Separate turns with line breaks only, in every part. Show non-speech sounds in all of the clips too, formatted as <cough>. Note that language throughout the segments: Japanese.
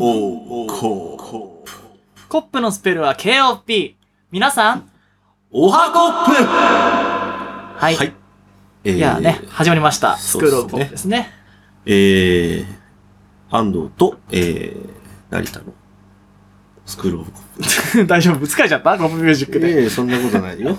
O コップ。
コップのスペルは KOP。皆さん、
おはコッ
は
プ
い。、
はいい。えー
やね、始まりました。ス
そう
ク
で
ー
すね
ルオブポップですね。
えー、安藤と、えー、成田のスクールオブコップ。
<laughs> 大丈夫疲れちゃったコップミュージックで。
ええそんなことない <laughs> よ。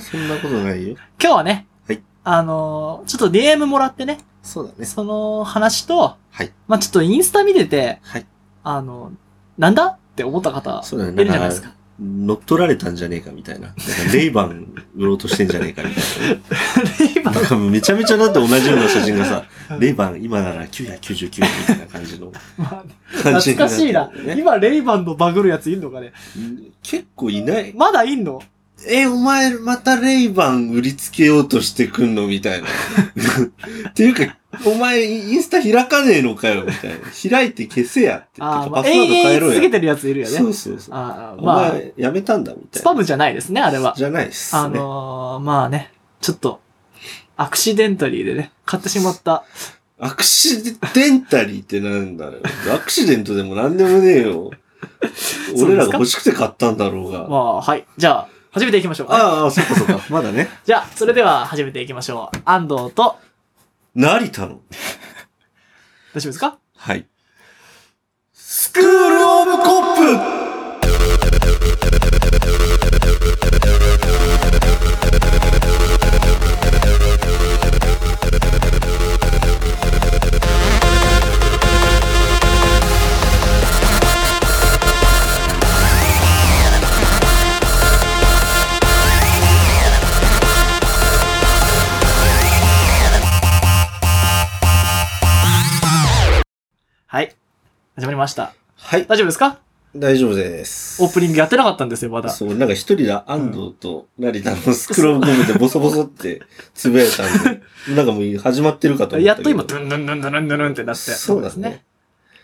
そんなことないよ。
今日はね、
はい
あのーちょっと DM もらってね、
そうだね。
その話と、
はい
まあちょっとインスタ見てて、
はい。
あの、なんだって思っ
<laughs>
た方、
そうだね
いるじゃないですか。
乗っ取られたんじゃねえかみたいな。なんかレイバン売ろうとしてんじゃねえかみたいな。 <laughs>
レイバン
なんかめちゃめちゃだって同じような写真がさ、レイバン今なら999みたいな感じの
まあね
感じ
懐
にな
か
って
しい
る
な。
ね
今、レイバンのバグるやついんのかね。
結構いない。
まだいんの
え、お前またレイバン売りつけようとしてくんのみたいな。っていうか、お前インスタ開かねえのかよみたいな。開いて消せやって。
あ
て
ー、
か
ま
パ
あ、
ス
永
ワード変え
遠
ろ
に
や
続。けてるやついるよね。
そうそうそう。
あー
お
まあ、
前やめたんだみたい
ス
な
パ。ムじゃないですね、あれは。
じゃないっすね。
あのー、まあね、ちょっと、アクシデンタリーでね、買ってしまった。
アクシデンタリーってなんだろう。アクシデントでもなんでもねえよ。
すか
俺らが欲しくて買ったんだろうが。
まあ、はい。じゃあ、始めていきましょうかね、
ああ、そっかそっか。まだね。
じゃあ、それでは始めていきましょう。安藤と、
成田の。
大丈夫ですか
はい。スクールオブコップ
はい。始まりました。
はい。
大丈夫ですか
大丈夫です。
オープニングやってなかったんですよ、まだ。
そう、なんか一人で安藤と成田のスクロールゴムでボソボソってつぶやいた
<laughs>
んで、なんかもう始まってるかと思っ
や
た
っ
け
と
ど。
今、ドゥンドゥンドゥンドゥンドゥンってなって。
そうだね。。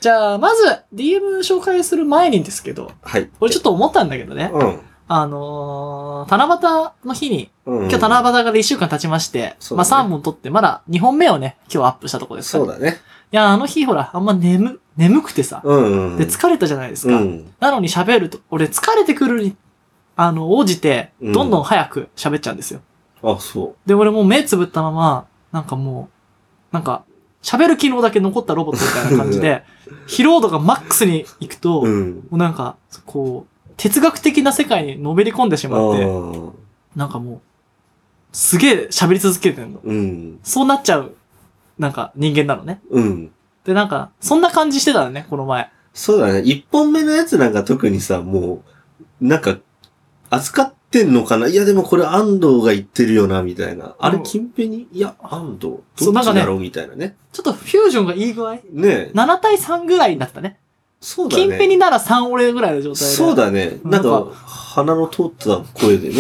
じゃあ、まず、DM 紹介する前にですけど、
はい。
これちょっと思ったんだけどね。
うん。
あのー、七夕の日に、
うん。
今日七夕から1週間経ちまして、
そう
ま
だ
あ
ね
3本撮って、まだ2本目をね、今日アップしたとこですから
そうだね。
いや、あの日ほら、あんま眠、眠くてさ、
うん。
で、疲れたじゃないです
う
か。
ん。
なのに喋ると、俺疲れてくるに、あの、応じて、
うん
どんどん早く喋っちゃうんですよ。
あ、そ
で、俺もう目つぶったまま、なんかもう、なんか、喋る機能だけ残ったロボットみたいな感じで、疲労度がマックスに行く
う。
と、も
うん。
うなんか、こう、哲学的な世界にのめり込んでしまって、
ああ。
なんかもう、すげえ喋り続けてんの。
うん。
そうなっちゃう、なんか人間なのね。
うん。
で、なんか、そんな感じしてたのね、この前。
そうだね。一本目のやつなんか特にさ、もう、なんか、扱ってんのかないやでもこれ安藤が言ってるよな、みたいな。あれ
うん
近辺にいや、安藤。
そ
ど
う
っ
なんか
ち
ね
だろうみたいなね。
ちょっとフュージョンがいい具合
ねえ。
7対3ぐらいになったね。
そうだね。
近辺になら3俺ぐらいの状態で。
そうだね。
うん
なん
なん
か、鼻の通った声でね。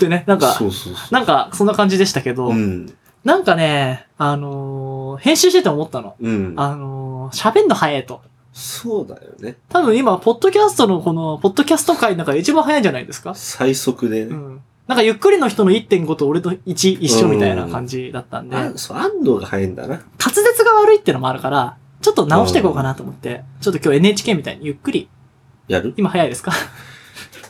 でね、なんか、
そうそうそう。
なんか、そんな感じでしたけど、
うん。
なんかね、あのー編集してて思ったの。
うん。
あのー喋んの早いと。
そうだよね。
多分今、ポッドキャストのこの、ポッドキャスト界の中で一番早いんじゃないですか
最速で
う
ね。
ん。なんか、ゆっくりの人の1.5と俺の1一緒みたいな感じだったんで、
あそう、安藤が早いんだな。
滑舌が悪いってのもあるから、ちょっと直していこうかなと思って、ちょっと今日 NHK みたいにゆっくり、
やる
今早いですか <laughs>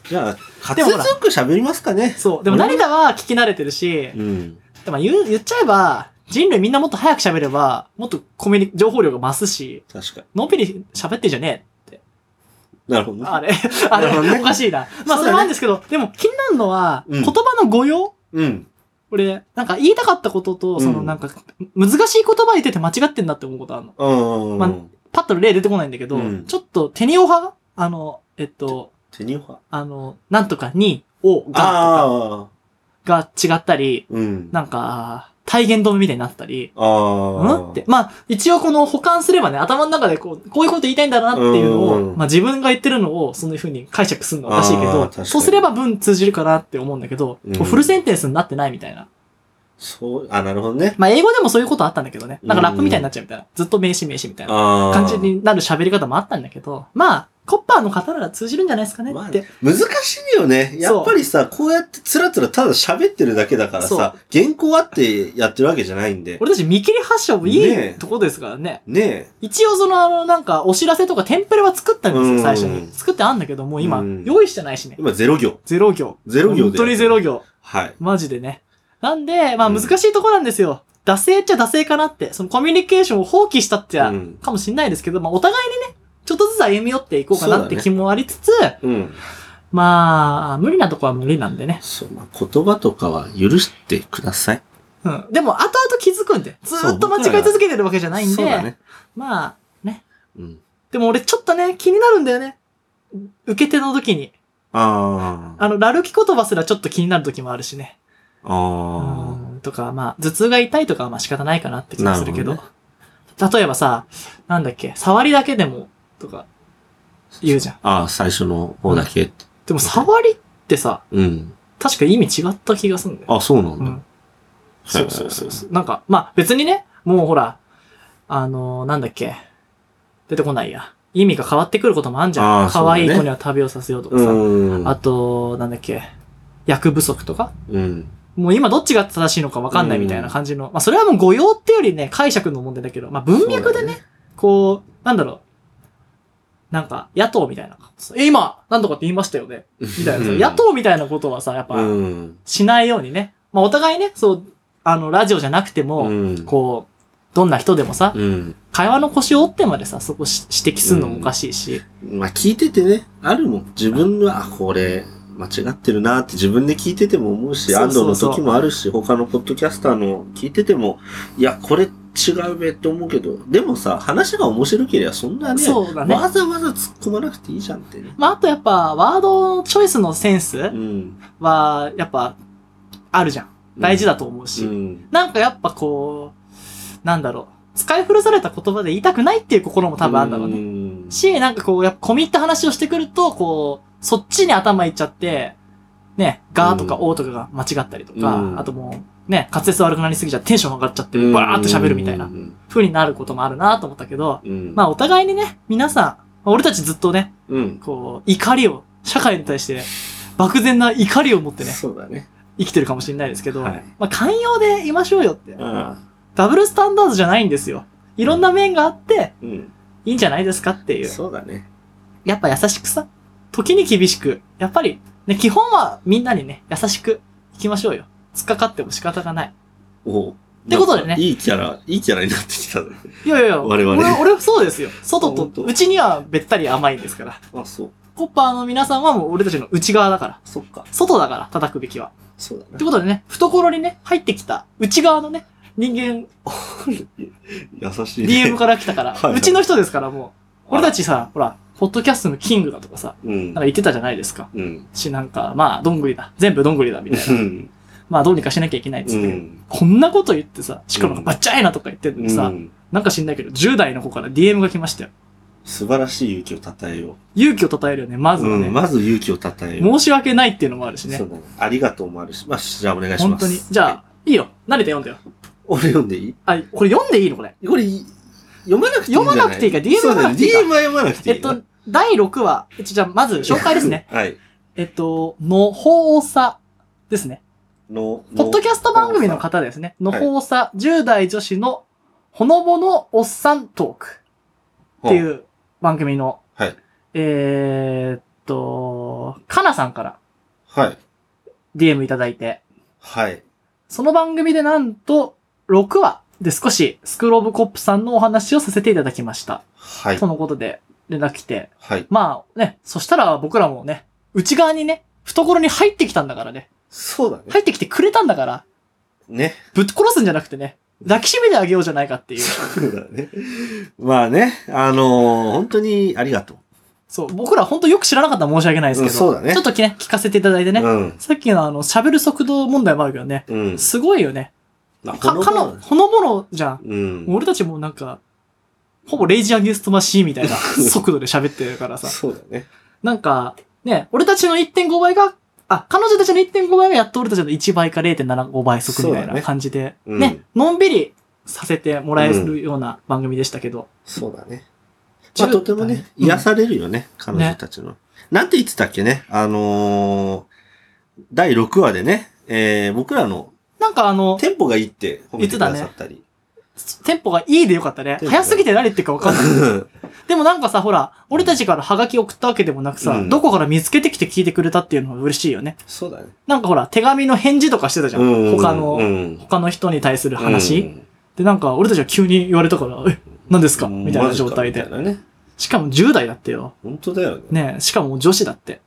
じゃあ、滑
でもほら
舌よく喋りますかね。
そう。でも成田は聞き慣れてるし、
うん。
でも言う言っちゃえば、人類みんなもっと早く喋れば、もっとコミュニ、情報量が増すし、
確かに。
のんびり喋ってんじゃねえって。
なるほどね。
あれ
<laughs>
あ
なるほどね
れ、おかしいな。まあ
そうだね
それはあるんですけど、でも気になるのは、
うん
言葉の語用
うん。
俺、なんか言いたかったことと、その
うん
なんか、難しい言葉言ってて間違ってんだって思うことあるの。
うん。
まパッと例出てこないんだけど、
うん
ちょっとテニオ派あの、えっと、
テニオ派
あの、なんとかに、を、が
ああ。
とかが違ったり、
うん。
なんか、体言止めみたいになったり、
ああ。
うんって。。まあ、一応この保管すればね、頭の中でこう、こういうこと言いたいんだなっていうの
うんうんう
を、
ん
まあ自分が言ってるのを、そんな風に解釈するのはおかしいけ
あー確か
ど、
に
そうすれば文通じるかなって思うんだけど、
うん
こうフルセンテンスになってないみたいな。
そう、あ、なるほどね。
まあ英語でもそういうことあったんだけどね。なんかラップみたいになっちゃうみたいな。ずっと名詞名詞みたいな
ああ。
感じになる喋り方もあったんだけど、まあ、コッパーの方なら通じるんじゃないですかね
まあ
っ
ね
て。
難しいよね。やっぱりさ、こうやってつらつらただ喋ってるだけだから
そう
さ、原稿あってやってるわけじゃないんで。
俺たち見切り発車も
ね
い
え
いとこですからね。
ね
一応その、あの、なんか、お知らせとかテンプレは作ったんです
う
よ、
ん
最初に。作ってあんだけど、もう今
うん、
用意してないしね
え。。今ゼロ行。
ゼロ行。
ゼロ行で。
本当にゼロ。行。
はい。
マジでね。なんで、まあ
うん
難しいとこなんですよ。惰性っちゃ惰性かなって。そのコミュニケーションを放棄したってや、
うん
かもしんないですけど、まあお互いにね、ちょっとずつ歩み寄っていこうか
そう
な
だ
っ
ね
て気もありつつ、
うん。
まあ、無理なとこは無理なんでね。
そう、まあ、言葉とかは許してください。
うん。でも、後々気づくんで。ずーっと間違い続けてるわけじゃないん
そう
で。
だね。
まあ、
うん。
でも俺ちょっとね、気になるんだよね。受け手の時に。
ああ。
あの、ラルキ言葉すらちょっと気になる時もあるしね。
あ
うんとか、まあ、頭痛が痛いとかはまあ仕方ないかなって気もするけど。
なる
例えばさ、なんだっけ、触りだけでも、とか、言うじゃん。
あ。ああ、最初の方だけ。
でも触りってさ、
うん。
確か意味違った気がするんだよ。
あ、そうなん
う
だ
ん。そうそうそうそう。なんか、まあ別にね、もうほら、あのーなんだっけ、出てこないや。意味が変わってくることもあんじゃ
あー
ん。可愛い
そうだ
子
ね
には旅をさせようとかさ。
うん。
あと、なんだっけ、役不足とか
うん。
もう今どっちが正しいのか分かんないみたいな感じの。まあそれはもう誤用っていうよりね、解釈の問題だけど、まあ文脈で
そう
ね、
だ
こう、なんだろう。なんか、野党みたいな。え、今、なんとかって言いましたよね。みたいな。
うん
野党みたいなことはさ、やっ
う
ぱ、
ん。
しないようにね。まあお互いね、そう、あの、ラジオじゃなくても、
うん。
こう、どんな人でもさ、
うん。
会話の腰を折ってまでさ、そこし指摘するのもおかしいし。
まあ聞いててね、あるもん。自分は、あこれ、間違ってるなって自分で聞いてても思うし、
そ
安
う
藤
そ
の
うそう
時もあるし、他のポッドキャスターの聞いてても、いや、これ違うべって思うけど、でもさ、話が面白ければそんなね、
そうだね。
わざわざ突っ込まなくていいじゃんってね。
まああとやっぱ、ワードチョイスのセンス
うん。
は、やっぱ、あるじゃん。大事だと思うし。
うん。
なんかやっぱこう、なんだろう。使い古された言葉で言いたくないっていう心も多分あるんだろうね。
ね
し、なんかこう、やっぱ込み入った話をしてくると、こう、そっちに頭いっちゃって、ね、ガーとかオーとかが間違ったりとか、
うん
あともう、ね、滑舌悪くなりすぎちゃってテンション上がっちゃって、バーっと喋るみたいな
うん。
風になることもあるなと思ったけど、
うん。
まあお互いにね、皆さん、俺たちずっとね、
うん。
こう、怒りを、社会に対して、漠然な怒りを持ってね、
そうだね。
生きてるかもしれないですけど、
はい
まあ寛容でいましょうよって。
あ
ダブルスタンダードじゃないんですよ。いろんな面があって、
あ。うん。
いいんじゃないですかっていう。
そうだね。
やっぱ優しくさ。時に厳しく。やっぱり、ね、基本はみんなにね、優しく行きましょうよ。突っかかっても仕方がない。
おって
ことでね
いいキャラ、いいキャラになってきたね。
いやいやいや、
我々
俺、俺そうですよ。外
本当
と、うちにはべったり甘いんですから。
<laughs> あ、そう。
コッパーの皆さんはもう俺たちの内側だから。
そっか。
外だから、叩くべきは。
そうだ
っ
な
て。ことでね、懐にね、入ってきた、内側のね、人間、
優しい、ね。
DM から来たから
<laughs> はい、はいう
ちの人ですからもう。俺た
ち。
ちさ、ほら、ポッドキャストのキングだとかさ、
う
なん
ん
か。言ってたじゃないですか。
うん。
し、なんか、まあ、どんぐりだ。全部どんぐりだ、みたいうな。
ん。
まあ、どうにかしなきゃいけないっつ
う
ってたけど、
ん。
こんなこと言ってさ、しかも
うん
バッチャイなとか言ってんのにさ、
うん
なんか知んないけど、10代の子から DM が来ましたよ。
素晴らしい勇気を称えよ
勇気を称えるよね、ま
う。
ずはね。
うん。まず勇気を称えよう。
申し訳ないっていうのもあるしね
そ。うだね。ありがとうもあるし。まあ、じゃあお願いし
本
ます。
当に。じ
はい
ゃあ、いいよ。慣れて読んだよ。
俺読んでいい
あ、これ読んでいいのこれ。
これ、読まなくていいんじゃない
読まなくていいか DM
そうだね。DM
読
は読まなくて
え
いい
っ
よ。
と、第6話。えっとじゃあ、まず紹介ですね。。
はい。
えっと、のほうさですね。
の、
ポッド
ャ
キャスト番組の方ですね。
のほ
の
うさ。
ほうさ、10代女子のほのぼのおっさんトークっていうう番組の、
はい。
えーっと、かなさんから
はい。
DM いただいて、
はい。
その番組でなんと6話で少しスクローブコップさんのお話をさせていただきました。
はい
と。のことで連絡来て、
はい。
まあね、そしたら僕らもね、内側にね、懐に入ってきたんだからね、
そうだね。
入ってきてくれたんだから、
ね。 <laughs>
ぶっ殺すんじゃなくてね、抱きしめてあげようじゃないかっていう。
そうだね。まあね、あのー本当にありがと
そう、僕ら本当よく知らなかったら申し訳ないですけど、
うんそうだね
ちょっとね、聞かせていただいて
う。
ね、
うん。
さっきのあの、喋る速度問題もあるけどね、
うん。
すごいよね。
まあ
か、かの、ほのぼのじゃん。
うん。
俺たちもうなんか、ほぼレイジアゲンストマシーンみ
<laughs>
たいな速度で喋ってるからさ。
そうだね。
なんか、ね、俺たちの1.5倍が、あ、彼女たちの1.5倍がやっと俺たちの1倍か0.75倍速みた
そう
い
だね
な感じで、
うん
ね、のんびりさせてもらえるような番組でしたけど、
そうだね。まあ、とてもね、
うん
癒されるよね、彼女たちの。なんて言ってたっけねあのー第6話でね、えー、僕らの
なんかあの、
テンポがいいって褒めてくださったり。
テンポがいいでよかったね。
テンポが
早すぎて何言ってるか分かんない。でもなんかさ、ほら、俺たちからハガキ送ったわけでもなくさ、
うん
どこから見つけてきて聞いてくれたっていうのが嬉しいよね。
<laughs> そうだね。
なんかほら、手紙の返事とかしてたじゃん。
うん
他の、
うん
他の人に対する話。
うん
で、なんか俺たちは急に言われたから、え、何ですか
うん
みたいな状態
マ
で
ジ。かみたいなね。
しかも10代だってよ。
本当だよね。
ねえしかも女子だって。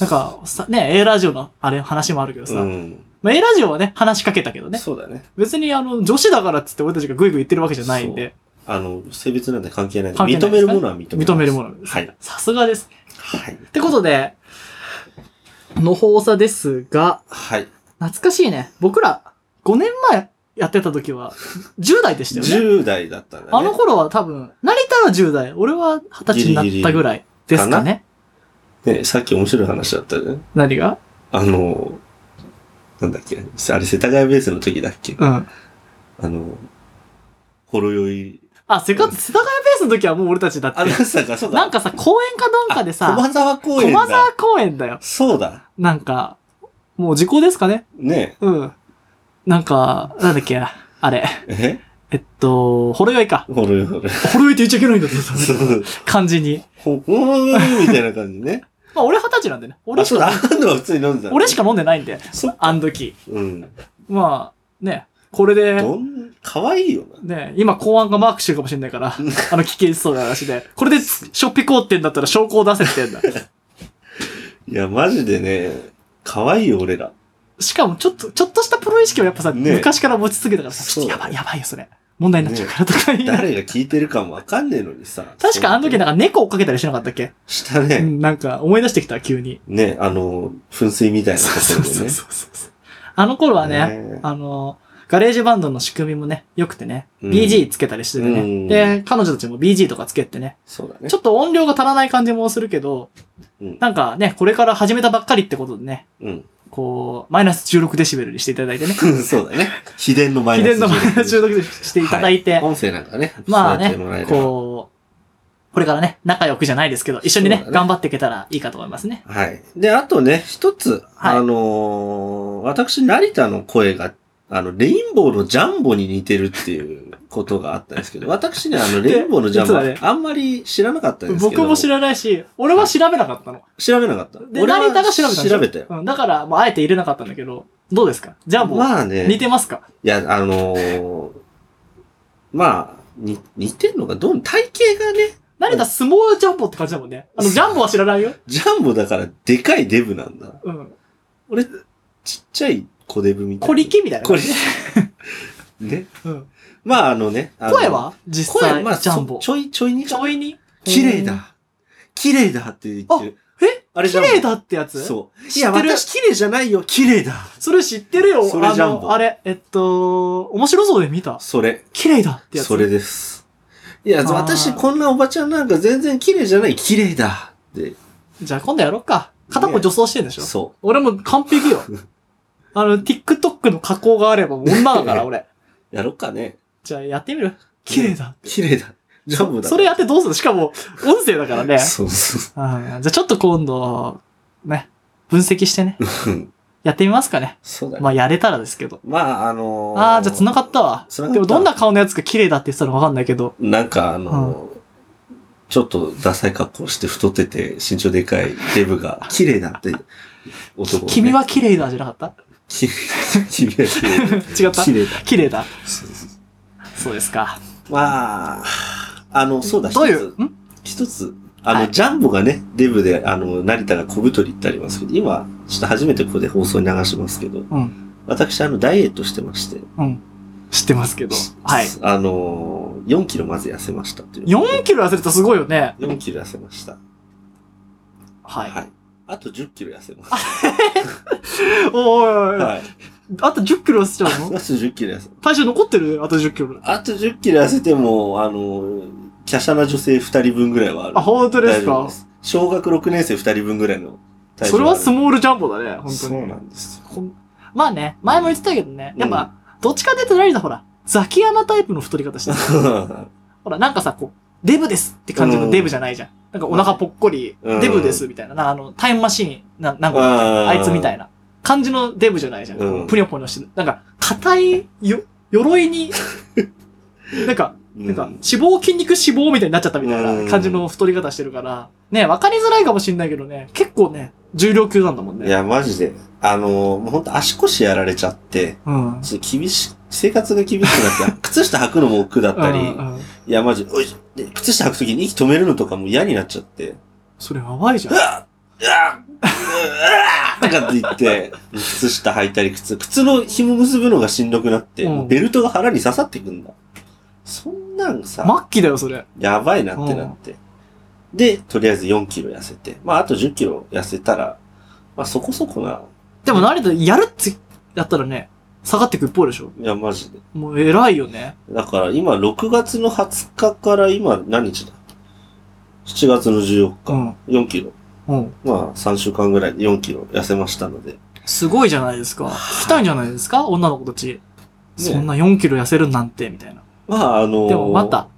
なんか、さねえ A ラジオのあれ、話もあるけどさ。
うん、
まあ、A ラジオはね、話しかけたけどね。
そうだね。
別にあの、女子だからっつって俺たちがグイグイ言ってるわけじゃないんで、
あの、性別なんて関係ない。
関係ない
認めるものは認めます
認めるものは
はい。
さすがです。
はい。
ってことで、の放さですが、
はい。
懐かしいね。僕ら、5年前やってた時は、10代でしたよね。
10代だったんだね。
あの頃は多分、成田は10代、俺は20歳になったぐらいですかね。
ね、さっき面白い話だったじゃん。
何が
あの、なんだっけ、あれ、世田谷ベースの時だっけ、
うん。
あの、ほろ酔い。
あ、せか、世田谷ベースの時はもう俺たちだって
あ、。なんさか、そうだ。
<laughs> なんかさ、公園かどんかで
あ
さ、
駒沢公園だ。
駒沢公園だよ。
そうだ。
なんか、もう時効ですかね
ね
うん。なんか、なんだっけ、あれ。
え。
えっと、ほろ酔いか。
ほろ酔い、 <laughs> ほろ酔い。
ほろ酔いって言っちゃいけないんだって、そ
そ
れ
う。
感じに。
ほ、ほろ酔いみたいな感じね。
まあ、俺二十歳なんでね。俺
あ、
し
そうだ。
か、
あんのは普通に飲んでた。
俺し。か飲んでないんで、
そっか。
あの時。
うん。
まあ、ね、これで、
どん、かわいいよな。
ね、今公安がマークしてるかもしれないから、あの危険そうな話で、これでしょっぴこうってんだったら証拠を出せっ
<laughs>
てんだ。
いや、マジでね、可愛いよ、俺ら。
しかも、ちょっと、ちょっとしたプロ意識をやっぱさ、
ね
昔から持ち続けたからさ、ちょっとやばい、やばいよ、それ。問題になっちゃうからとか言いながら
誰が聞いてるかもわかんねえのにさ。
確かあの時なんか猫追っかけたりしなかったっけ
した
う
ね。
ん、なんか思い出してきた、急に。
ね、あの、噴水みたいなとこ
そう
ろで
そう
ね。
そうそう。あの頃はね、
ね
あの、ガレージバンドの仕組みもね、良くてね、
うん
BG つけたりしててね、
うん
で、彼女たちも BG とかつけてね、
そうだね。
ちょっと音量が足らない感じもするけど、
うん
なんかね、これから始めたばっかりってことでね、
うん。
こう、マイナス16デシベルにしていただいて
<laughs>
ね、
そうだね。秘伝のマイ
秘
ナス。
伝のマイナス16デシベルにしていただいて、
音声なんかね。
まあ
伝えてもらえ
ね
れ、ば
こう、これからね、仲良くじゃないですけど、一緒に
そう
ね、
だね
頑張っていけたらいいかと思いますね。
はい。で、あとね、一つ、
はい
あのー私、成田の声が、あの、レインボーのジャンボに似てるっていうことがあったんですけど、私ね、あの、レインボーのジャン
実はね
ボ、あんまり知らなかったんですけど、
僕も知らないし、俺は調べなかったの。
調べなかった。
で、
俺は
成田が調べたんでし
調
ょ
べたよ。
うん、だから、まあ、あえて入れなかったんだけど、どうですかジャンボ、
まあね、
似てますか
いや、あのーまあ、に、似てんのが、どう、体型がね、
成田相撲ジャンボって感じだもんね。あの、ジャンボは知らないよ。
ジャンボだから、でかいデブなんだ。
うん。
俺、ちっちゃい小デブみたいな。
小力みたいな
こ
感
れ
<laughs> じ。、
ね。
うん。
まあ、あのね。あの
声は実
声、
際、
まあ、
ジャンボ。
そちょい、ちょいに
ち。ょいに
綺麗。だ。綺麗だって言ってる。
え
あれジ
綺
ャンボ
麗だってやつう。
そう。い
知
や、
ってる
私綺麗じゃないよ。綺麗だ。
それ知ってるよ。
それジャンボ
あの、あれ、えっと、面白そうで見た。
それ。
綺麗だってやつ。
それです。いや、
あー
私こんなおばちゃんなんか全然綺麗じゃない。綺麗だ。で、
じゃあ今度やろっか。片方女装してんでしょ、
そ
俺もう完
<laughs>
璧よ。あの、TikTok の加工があればもう女
<laughs>
だから、俺。
う。やろっかね。
じゃあやってみる綺麗だ。
綺麗だ。ジャンボだ。
それやってどうするしかも、音声だか
<laughs>
らね。
そうそ
うんじゃあちょっと今度、ね、分析してね、
う。うん
やってみますかね。
そうだね。
まあやれたらですけど。
まあ、あのー
あー、じゃあ繋がったわ。
繋がった
でもどんな顔のやつか綺麗だって言ってたのわかんないけど、
なんかあのーちょっとダサい格好して太ってて身長でかいデブが綺麗だって男をね、
君は綺麗だじゃなかっ
き <laughs> 君は綺麗だ。 <laughs>
た違った
綺麗だ。
綺麗だ。
そうそうそ
そうですか。
うまあ、あの、そうだ、
どういう、ん
一つ、一つ、あの、
はい
ジャンボがね、デブで、あの、成田が小太りってありますけど、今、ちょっと初めてここで放送に流しますけど、
うん、
私、あの、ダイエットしてまして、
うん。知ってますけど。はい。
あの、4キロまず痩せましたっていう。
4キロ痩せるとすごいよね。
4キロ痩せました。
はい。
はい。あと10キロ痩せます。は
おいおいおい、
い。
あと10キロ痩せちゃ
あ
う
と
の
10キロ痩せ。
体重残ってるあと10キロ。
あと10キロ痩せても、あの、華奢な女性2人分ぐらいはある。
あ、本当です
大丈夫
か
小学6年生2人分ぐらいの体重
それはス
相撲
モールジャンボだね、本当
そう
に。
なんですよ。 <laughs>
こんまあね、前も言ってたけどね、やっぱ、どっちかっていうと何だほら、ザキヤマタイプの太り方してる。ほら、なんかさ、こう、デブですって感じのデブじゃないじゃん。なんかお腹ぽっこり、
うん
デブですみたいな、なあの、タイムマシーン、な、なんか、
あ
あいつみた
い
いな感じのデブじゃないじゃん。
うん
ぷにょぷにょしてる。なんか、硬い、よ、鎧
<laughs>
に、なんか、
な
なんか、脂肪筋肉脂肪みたいになっちゃったみたいな感じの太り方してるから、ね、わかりづらいかもしんないけどね、結構ね、重量級なんだもん
い
ね。
や、マジで。あのー、もうほんと足腰やられちゃって、
うん。
ちょっと厳し、生活が厳しくなって、 <laughs> 靴下履くのも億劫だったり、
うんうん
いや、マジ、おいしで靴下履くときに息止めるのとかも嫌になっちゃって、
それやば
<laughs>
いじゃん。
うわっうわっとかって言って、靴下履いたり、靴、靴の紐結ぶのがしんどくなって、
うん
ベルトが腹に刺さってくんだ。そんなんさ、
末期だよ、それ。
やばいなってなって。で、とりあえず4キロ痩せて、まあ、あと10キロ痩せたら、まあ、そこそこな、
でも何だ、やるってやったらね、下がってく一方でしょ。
いや、マジで。
もう偉いよね。
だから今、6月の20日から今、何日だ ?7 月の14日、
うん。
4キロ。
うん。
まあ、3週間ぐらいで4キロ痩せましたので。
すごいじゃないですか。聞きたいんじゃないですか女の子たち。そんな4キロ痩せるなんて、みたいな。
まあ、あのー
でもまた、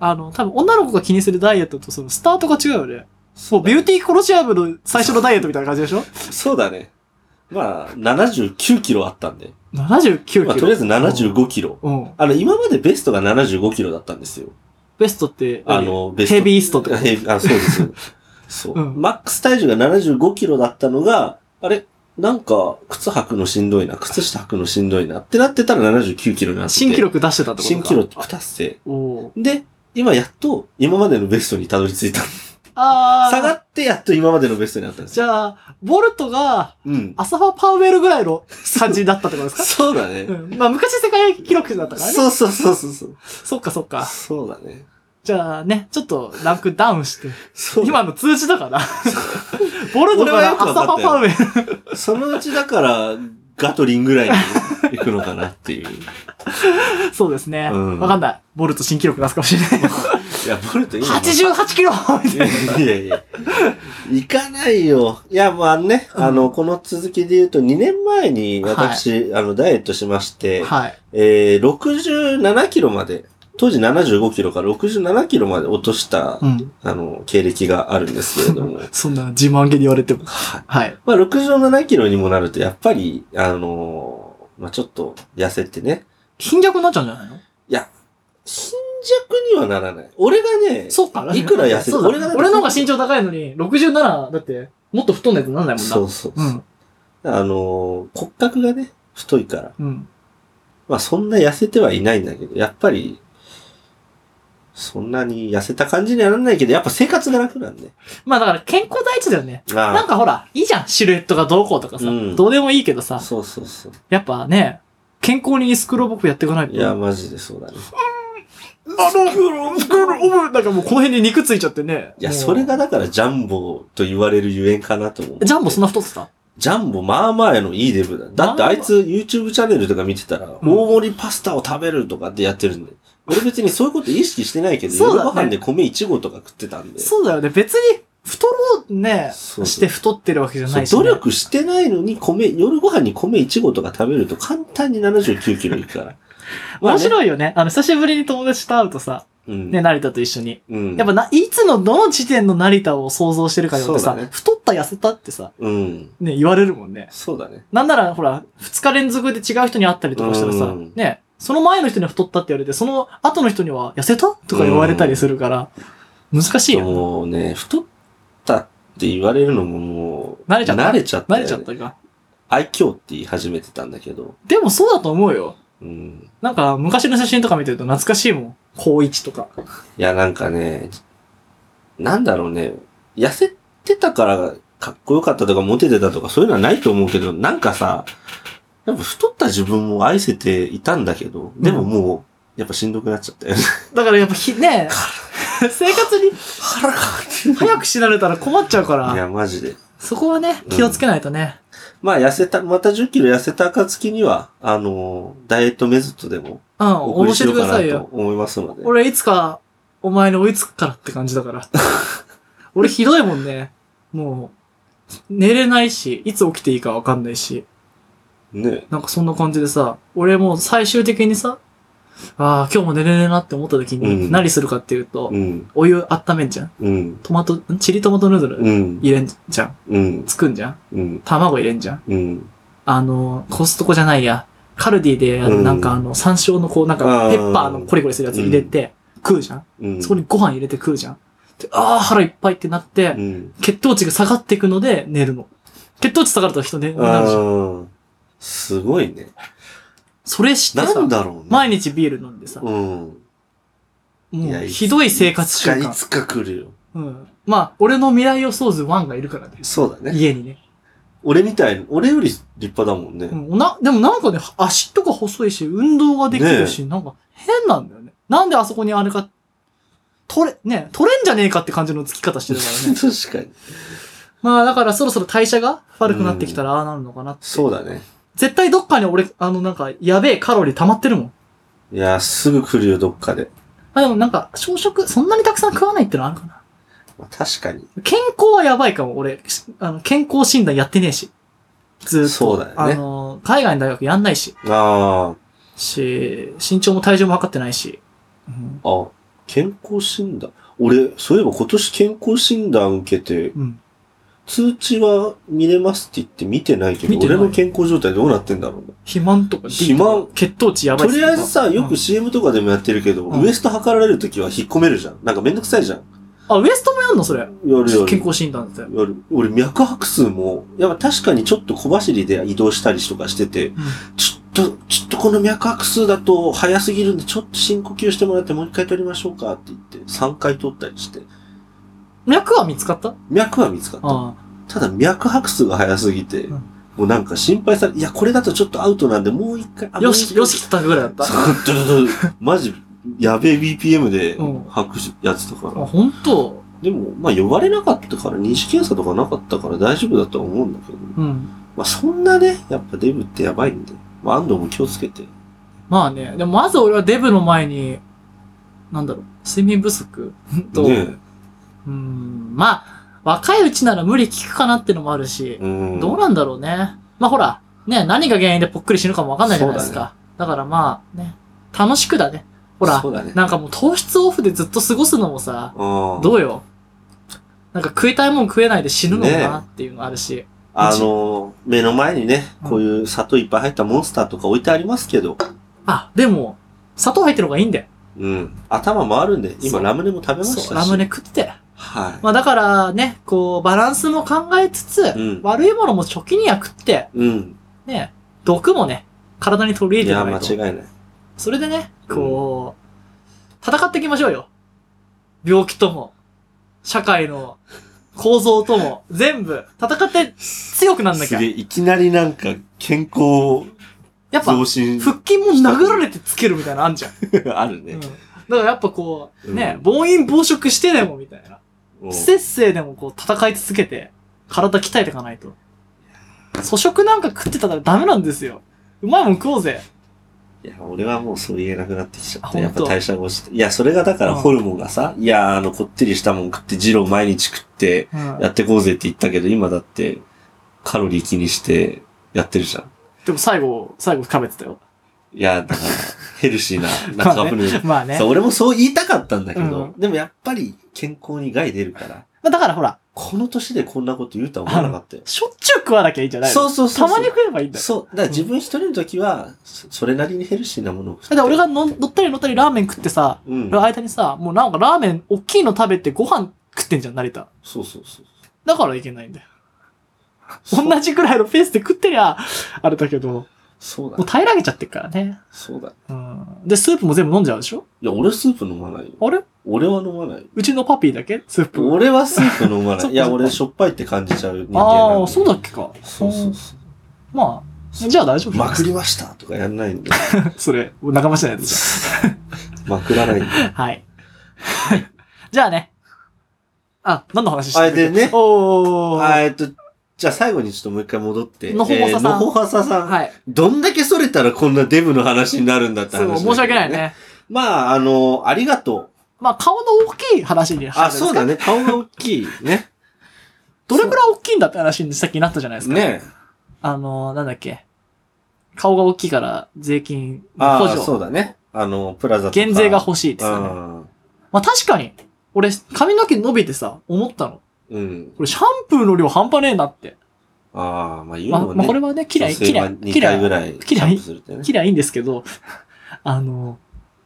あの、多分女の子が気にするダイエットとそのスタートが違うよね。
そ
も
う
うビ
だ
ューティーコロシアムの最初のダイエットみたいな感じでしょ
そうだね。まあ、79キロあったんで。
?79 キロ、
まあ、とりあえず75キロ。
うん。
あの、今までベストが75キロだったんですよ。
ベストって、
あの、ベスト。
ヘビーストってこと
ヘビあ、そうです。そう、
うん
マックス体重が75キロだったのが、あれなんか、靴履くのしんどいな、靴下履くのしんどいなってなってたら79キロになって。
新記録出してたってことか。
新記録達成。
おお。
で、今やっと、今までのベストにたどり着いた。
あー。
下がってやっと今までのベストになったんです
じ
よ。
ゃあ、ボルトが、
うん。
アサファーパウエルぐらいの感じだったってことです
そうだね
か。うん。まあ、昔世界記録だったからね。
そうそうそうそうそう。
そっかそっか。
そうだね。
じゃあね、ちょっとランクダウンして、
そう
今の通知
<laughs>
だから。ボルトか
俺は
ら
よ
ア
くわ
サ
か
フ
っ
ァ
た
ー
よ
パウエル。
そのうちだから、ガトリンぐらいに行くのかなっていう。
そうですね。わ、
うん
かんない。ボルト新記録出すかもしれない。
いや、ボル
<laughs>
ト今も。
88キロみたいない
やいや。行かないよ。いや、まあね、
うん
あの、この続きで言うと、2年前に私、あの、ダイエットしまして、
はい。
えー、67キロまで、当時75キロから67キロまで落とした、
うん。
あの、経歴があるんですけれども、
そんな自慢げに言われても。
はい。
はい。
まあ、67キロにもなると、やっぱり、あのーまあ、ちょっと、痩せてね、
貧弱になっちゃうんじゃないの
貧弱にはならない。俺がね、
そうか。
いくら痩せて
そうだ
俺
俺
がだって
の方が身長高いのに、67、だって、もっと太んないとなんないもんな。
そうそうそうう。
ん。
あのー骨格がね、太いから、
うん。
まあそんな痩せてはいないんだけど、やっぱり、そんなに痩せた感じにはならないけど、やっぱ生活が楽なんで。
まあだから健康第一だよね。なん
あ
かほら、いいじゃん。シルエットがどうこうとかさ。
うん
どうでもいいけど
あ、
さ。
そうそうそう。
やっぱね、健康にスクロールボックやっていかないと。
いや、マジでそうだね。
あの、スクロールボックなんかもうこの辺に肉ついちゃってね。
いや、
もう
それ。がだからジャンボと言われるゆえんかなと思う。
ジャンボそん
の
な太ってた
ジャンボ、まあまあのいいデブだ。だってあいつ YouTube チャンネルとか見てたら、大盛りパスタを食べるとかってやってるんで。俺別にそういうこと意識してないけど、
そうだ
夜
ね
ご飯で米1合とか食ってたんで。
そうだよね。別に、太ろうね、
そう
して太ってるわけじゃないし、
そ
ね。
う努力してないのに米、夜ご飯に米1合とか食べると簡単に79キロいくから。
<laughs> 面
い。
白いよね。あの、久しぶりに友達と会うとさ、
うん。
ね、成田と一緒に。
うん。
やっぱな、いつのどの時点の成田を想像してるかによって
そ
さ、
うだね
太った痩せたってさ、
うん。
ね、言われるもんね。
そうだね。
なんなら、ほら、二日連続で違う人に会ったりとかしたら
う
さ
ん、
ね、その前の人には太ったって言われて、その後の人には痩せたとか言われたりするから、難しいよ。
もうね、太ったって言われるのももう、
慣れちゃった
慣れちゃったよ
慣
ね、
れちゃったか。
愛嬌って言い始めてたんだけど。
でもそうだと思うよ。
うん。
なんか、昔の写真とか見てると懐かしいもん。高一とか。
いや、なんかね、なんだろうね、痩せてたからかっこよかったとかモテてたとかそういうのはないと思うけど、なんかさ、やっぱ太った自分も愛せていたんだけど、でももう、やっぱしんどくなっちゃったよね。
だからやっぱひ、ね <laughs> 生活に
腹が
早く死なれたら困っちゃうか
い
ら、
や、マジで。
そこはね、気をつけないとね。
まあ、痩せた、また10キロ痩せた暁には、あのーダイエットメソッドでも、
うん、
お
教
送り
え
してよう
くだ
かな
さい
と
よ。
思いますので。
俺いつか、お前に追いつくからって感じだ
<laughs>
から。俺ひどいもんね。もう、寝れないし、いつ起きていいかわかんないし、
ね。
なんかそんな感じでさ、俺もう最終的にさ、ああ、今日も寝れねえなって思った時
う
に、
ん
何するかっていうと、
うん、
お湯温めんじゃん。
うん、
トマト、んチリトマトヌードル
うん、
入れんじゃん。
うん、
つくんじゃん。
うん、
卵入れんじゃん。
うん。
あの、コストコじゃないや。カルディで、
うん
なんかあの、山椒のこう、なん
あ
か、
ー
ペッパーのコリコリするやつ入れて、食うじゃん。
うん、
そこにご飯入れて食うじゃん。で、ああ、腹いっぱいってなって
う、ん。
血糖値が下がっていくので寝るの。血糖値下がると人寝るな
あ
るじゃん。
ーすごいね。
それ知って
な
さ
ん、だろうね。
毎日ビール飲んでさ、
うん。い
も
や
う
いつ
ひどい生活習
い
慣。
つか来るよ。
うん。まあ、俺の未来予想図1がいるからね。
そうだね。
家にね。
俺みたい、俺より立派だもんね。
うん、な、でもなんかね、足とか細いし、運動ができるし、なんか変なんだよね。なんであそこにあれか、取れ、ね、取れんじゃねえかって感じのつき方してるから
<laughs> <laughs>
ね。
確かに。
まあだからそろそろ代謝が悪くなってきたらああなるのかなって。
そうだね。
絶対どっかに俺、あのなんか、やべえカロリー溜まってるもん。
いや、すぐ来るよ、どっかで。
あ、でもなんか、朝食そんなにたくさん食わないってのあるかな。
まあ確かに。
健康はやばいかも、俺。あの、健康診断やってねえし。ずーっと。
そうだよね
あの、海外の大学やんないし。
あ
し、身長も体重も測ってないし。うん。
あ、あ、健康診断。俺、そういえば今年健康診断受けて、
うん。
通知は見れますって言って見てないけど、
見てない
俺の健康状態どうなってんだろうな。
肥満とか。
肥満
血糖値やばい
と
っす
りあえずさ、よ
う
く
ん
CM とかでもやってるけど、
うん
ウエスト測られるときは引っ込めるじゃん。なんかめんどくさいじゃん。
あ、ウエストもやんのそれ。
やるやる。
健康診断って。うん。
やる俺、脈拍数も、やっぱ確かにちょっと小走りで移動したりとかしてて、ちょっと、ちょっとこの脈拍数だと早すぎるんで、ちょっと深呼吸してもらってもう一回取りましょうかって言って、3回取ったりして、
脈は見つかった
脈は見つかっ
あ
た。ただ脈拍数が早すぎて、
うん
もうなんか心配され、いや、これだとちょっとアウトなんで、もう一回、
あ。
あ
よし、よし、きったぐらいだった。
そ
あ、
う、ドドドマジ、やべえ BPM で
うん
拍手やってたから。
ほんと
でも、まあ呼ばれなかったから、認識検査とかなかったから大丈夫だとは思うんだけど。
うん。
まあそんなね、やっぱデブってやばいんで、まあ安藤も気をつけて。
まあね。でもまず俺はデブの前に、なんだろう、睡眠不足と、
ねえ
うん、まあ、若いうちなら無理聞くかなってのもあるし、
うん。
どうなんだろうね。まあほら、ね、何が原因でぽっくり死ぬかもわかんないじゃないですか。
そう
だからまあ、ね、楽しくだね。ほら
そ、うだね。
なんかもう糖質オフでずっと過ごすのもさ、
うん
どうよ。なんか食いたいもん食えないで死ぬのかなっていうのあるし、
あの、目の前にね、
うん
こういう砂糖いっぱい入ったモンスターとか置いてありますけど、
あ、でも、砂糖入ってる方がいいんだよ。
うん。頭回るんで、
そ
今
う
ラムネも食べました
そ
し。
う、ラムネ。食って。
は
まあだからね、こう、バランスも考えつつ、
い。うん。
悪いものも初期には食って、
うん。
ね、毒もね、体に取り
い
入れて
や、
もら
間
いと。
違いない。
それでね、こう、戦っていきましょうよ。病気とも、社会の構造とも、全部、戦って強くなんなき
す
ゃ
げえ、。いきなりなんか、健康
やっぱ、
増
腹
進
筋も殴られてつけるみたいなのあんじゃん。
<laughs> ある
う
ね
ん。だからやっぱこう、ね
う、ん
暴飲暴食してでもみたいな。
うん
節制でもこう戦い続けて、体鍛えていかないと。粗食なんか食ってたらダメなんですよ。うまいもん食おうぜ。
いや、俺はもうそう言えなくなってきちゃ
あ
っ
ほ
て、
んと
やっぱ代謝が落ちて。いや、それがだから
うん
ホルモンがさ、いや、あの、こってりしたもん食って、ジロー毎日食って、
うん
やってこうぜって言ったけど、今だって、カロリー気にして、やってるじゃん。
でも最後、最後食べてたよ。
いや、
<laughs>
だから、ヘルシーな中カップヌードル。
まあね
そ。う、俺もそう言いたかったんだけど、
う
でもやっぱり健康に害出るから、
まあだからほら、
この年でこんなこと言うとは思わなかったよ。
しょっちゅう食わなきゃいいんじゃないの
そうそうそうそう。
たまに食えばいいんだよ。
そう、だから自分一人の時は、そそれなりにヘルシーなものを食っ
だって俺がの乗ったり乗ったりラーメン食ってさ、
うん。
間にさ、もうなんかラーメン大きいの食べてご飯食ってんじゃん、成田。
そうそうそう。
だからいけないんだよ。 <laughs>
そう
同じくらいのペースで食ってりゃ、あれだけど、も
そうだ
う。平らげちゃってっからね。
そうだ。
うん。で、スープも全部飲んじゃうでしょ
いや、俺スープ飲まないよ。
あれ
俺は飲まないよ。
うちのパピーだけスープ。
俺はスープ飲まない。
そっか
いや、俺しょっぱいって感じちゃう人間なん
ああ、そうだっけか。
そうそうそう。
うんまあ、じゃあ大丈夫
まくりましたとかやんないんで。
<laughs> それ、仲間じゃないです
まくらないんで。 <laughs>
か。はい。じゃあね。あ、何の話して
あれでね
<laughs> おー。
あ
い。
えっと、じゃあ最後にちょっともう一回戻って。
のほほさ
え
さん
ーのほはささん。
はい。
どんだけそれたらこんなデブの話になるんだって話、
そう、申し訳ない。ね。
まあ、あの、ありがとう。
まあ、顔の大きい話に <laughs>
あ、そうだ
ね。
ね。顔が大
<laughs>
きい。ね。
どれくらい大きいんだって話にさっきなったじゃないですか。。
ね。
あのー、なんだっけ。顔が大きいから税金
あ
補
あ、
助
そうだね。あの、プラザとか。
減税が欲しいですよね。
ね。
まあ確かに、俺、髪の毛伸びてさ、思ったの。
うん。
これシャンプーの量半端ねえなって。
ああ、まあ言う
ま
の
あ、
もね。
まあこれはね、キラい、キラい、
2
キラ
回ぐ
い、
らい。
キラ
シャンプーするってね。
キラいいんですけど、 <laughs> あの、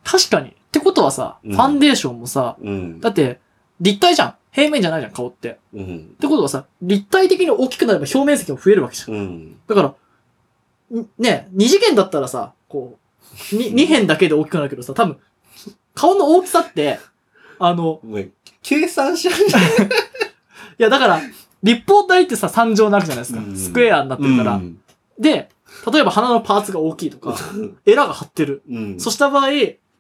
確かに。ってことはさ、
うん
ファンデーションもさ、
うん。
だって、立体じゃん。平面じゃないじゃん、顔って。っ
うん。
てことはさ、立体的に大きくなれば表面積も増えるわけじゃん。
うん。
だから、んねえ、二次元だったらさ、こう、に、二辺だけで大きくなるけどさ、多分、顔の大きさって、あの、
もう計算しなき
いやだから、立方体ってさ、三乗なわけじゃないですか
う。ん
スクエアになってるから。
うん。
で、例えば鼻のパーツが大きいとか、エラが張ってる。
うん。
そした場合、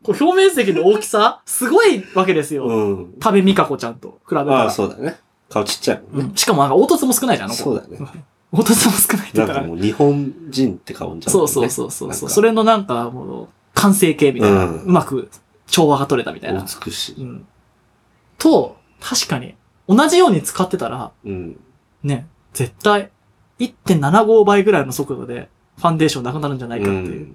こう表面積の大きさ、すごいわけですよ。
うん。
多部未華子ちゃんと比べたら。
ああ、そうだね。顔ちっちゃいもんね。
うんしかもなんか凹凸も少ないじゃん、あの子
そうだね。
凹凸も少ないって言
なん
った。
からもう日本人って顔じゃん。
そうそうそうそう
なん
そ
か
う。それのなんか、もう、完成形みたいな、
う
うんまく調和が取れたみたいな。
美し
う
い。
ん。と、確かに、同じように使ってたら、
うん。
ね、絶対、1.75倍ぐらいの速度で、ファンデーションなくなるんじゃないかっていう。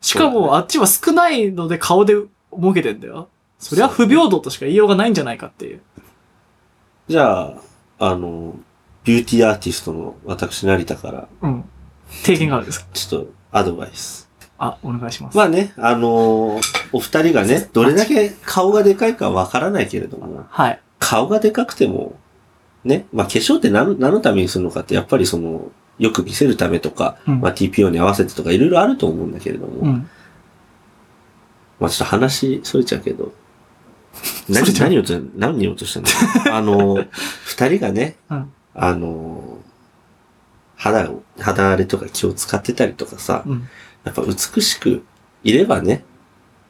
しか
そうだ
も、あっちは少ないので顔で儲けてんだよ。そりゃ不平等としか言いようがないんじゃないかっていう。
じゃあ、あの、ビューティーアーティストの私、成田から、
うん。提言があるんですか
ちょっとアドバイス。
あ、お願いします。
まあね、あのお二人がね、どれだけ顔がでかいかわからないけれども、
はい。
顔がでかくても、ね、まあ化粧って何何のためにするのかって、やっぱりその、よく見せるためとか、
うん
まあ TPO に合わせてとかいろいろあると思うんだけれども、
うん。
まあちょっと話、それちゃうけ
<laughs>
ど、何、
それちゃう
何をと、何言おうとしたのあの、二人がね、
うん
あの、肌を、肌荒れとか気を使ってたりとかさ、
うん。
やっぱ美しくいればね、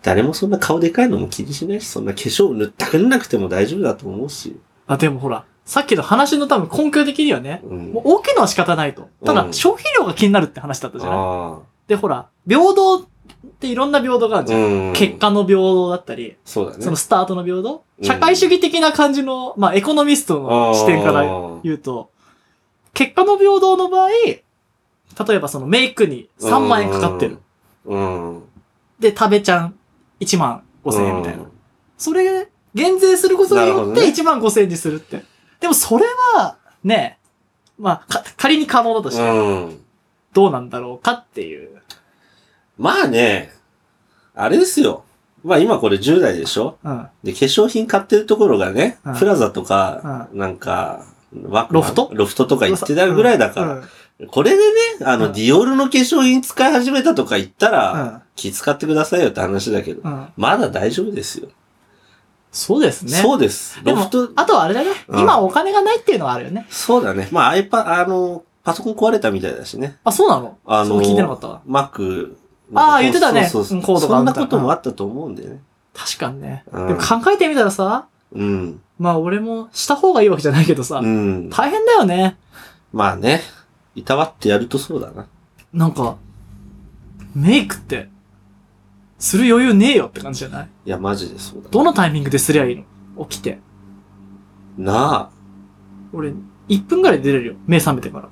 誰もそんな顔でかいのも気にしないし、そんな化粧を塗ったくんなくても大丈夫だと思うし、
あ、でもほら、さっきの話の多分根拠的にはね、
うん
もう。大きいのは仕方ないと。た
う
だ、
ん
消費量が気になるって話だったじゃない、
あ
で、ほら、平等っていろんな平等がある
あ
じゃん。
うん。
結。果の平等だったり、
そうだね。
そのスタートの平等、
うん
社会主義的な感じの、まあ、エコノミストの視点から
あー
言うと、結果の平等の場合、例えばそのメイクに3万円かかってる。。
うん。うん
で、食べちゃん1万5千円みたいな。。それ、減税することに
なる
よ
ほ
っ
どね
て1万5千円にするって。でもそれは、ね、まあ、か仮に可能だとして、
うん。
どうなんだろうかっていう。
まあね、あれですよ。まあ今これ10代でしょ
うん。
で、化粧品買ってるところがね、
うん
プラザとか、なんか、ワ
ロフト
ロフトとか行ってたぐらいだから、
うん
これでね、あの、
うん
ディオールの化粧品使い始めたとか言った
う
ら、
ん。
気使ってくださいよって話だけど、
うん。
まだ大丈夫ですよ。
そうですね。
そうです。
で
ロ
も
フト、
あとはあれだね。
うん
今お金がないっていうのはあるよね。
そうだね。まあ iPad、あの、パソコン壊れたみたいだしね。
あ、そうなの
あの
そう聞いてなかったわ。
Mac。
ああ言ってたね
そうそう
うんコー
そう
ドが
そ
あ
ん
ん
な
た
こともあったと思うんだよね。
確かにね。
うん
でも考えてみたらさ、
うん。
まあ俺もした方がいいわけじゃないけどさ、
うん。
大変だよね。
まあね。いたわってやるとそうだな。
なんか、メイクって、する余裕ねえよって感じじゃない
いや、マジでそうだ。
どのタイミングですりゃいいの起きて。
なあ、
俺、1分ぐらいで出れるよ。目覚めてから。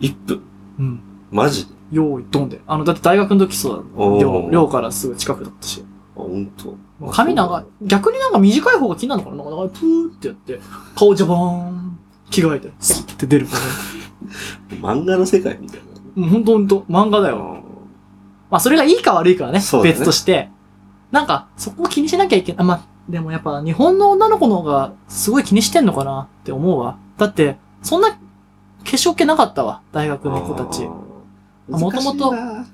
一分。
うん。
マジで。
用意、ドンで。あの、だって大学の時そうだ
お
も
ー
ん。寮寮からすぐ近くだったし。
あ、ほんと。
もう髪長い。逆になんか短い方が気になるのかななんか長いプーってやって、顔ジャバーン、着替えて、スッて出るから。
漫画の世界みたい
もうほんとほんと、漫画だ
な。
よ。まあそれがいいか悪いかはね、
そうだね
別として。なんか、そこを気にしなきゃいけない。あまあ、でもやっぱ日本の女の子の方がすごい気にしてんのかなって思うわ。だって、そんな化粧気なかったわ、大学の子たち
あ。ー。
もともと
難し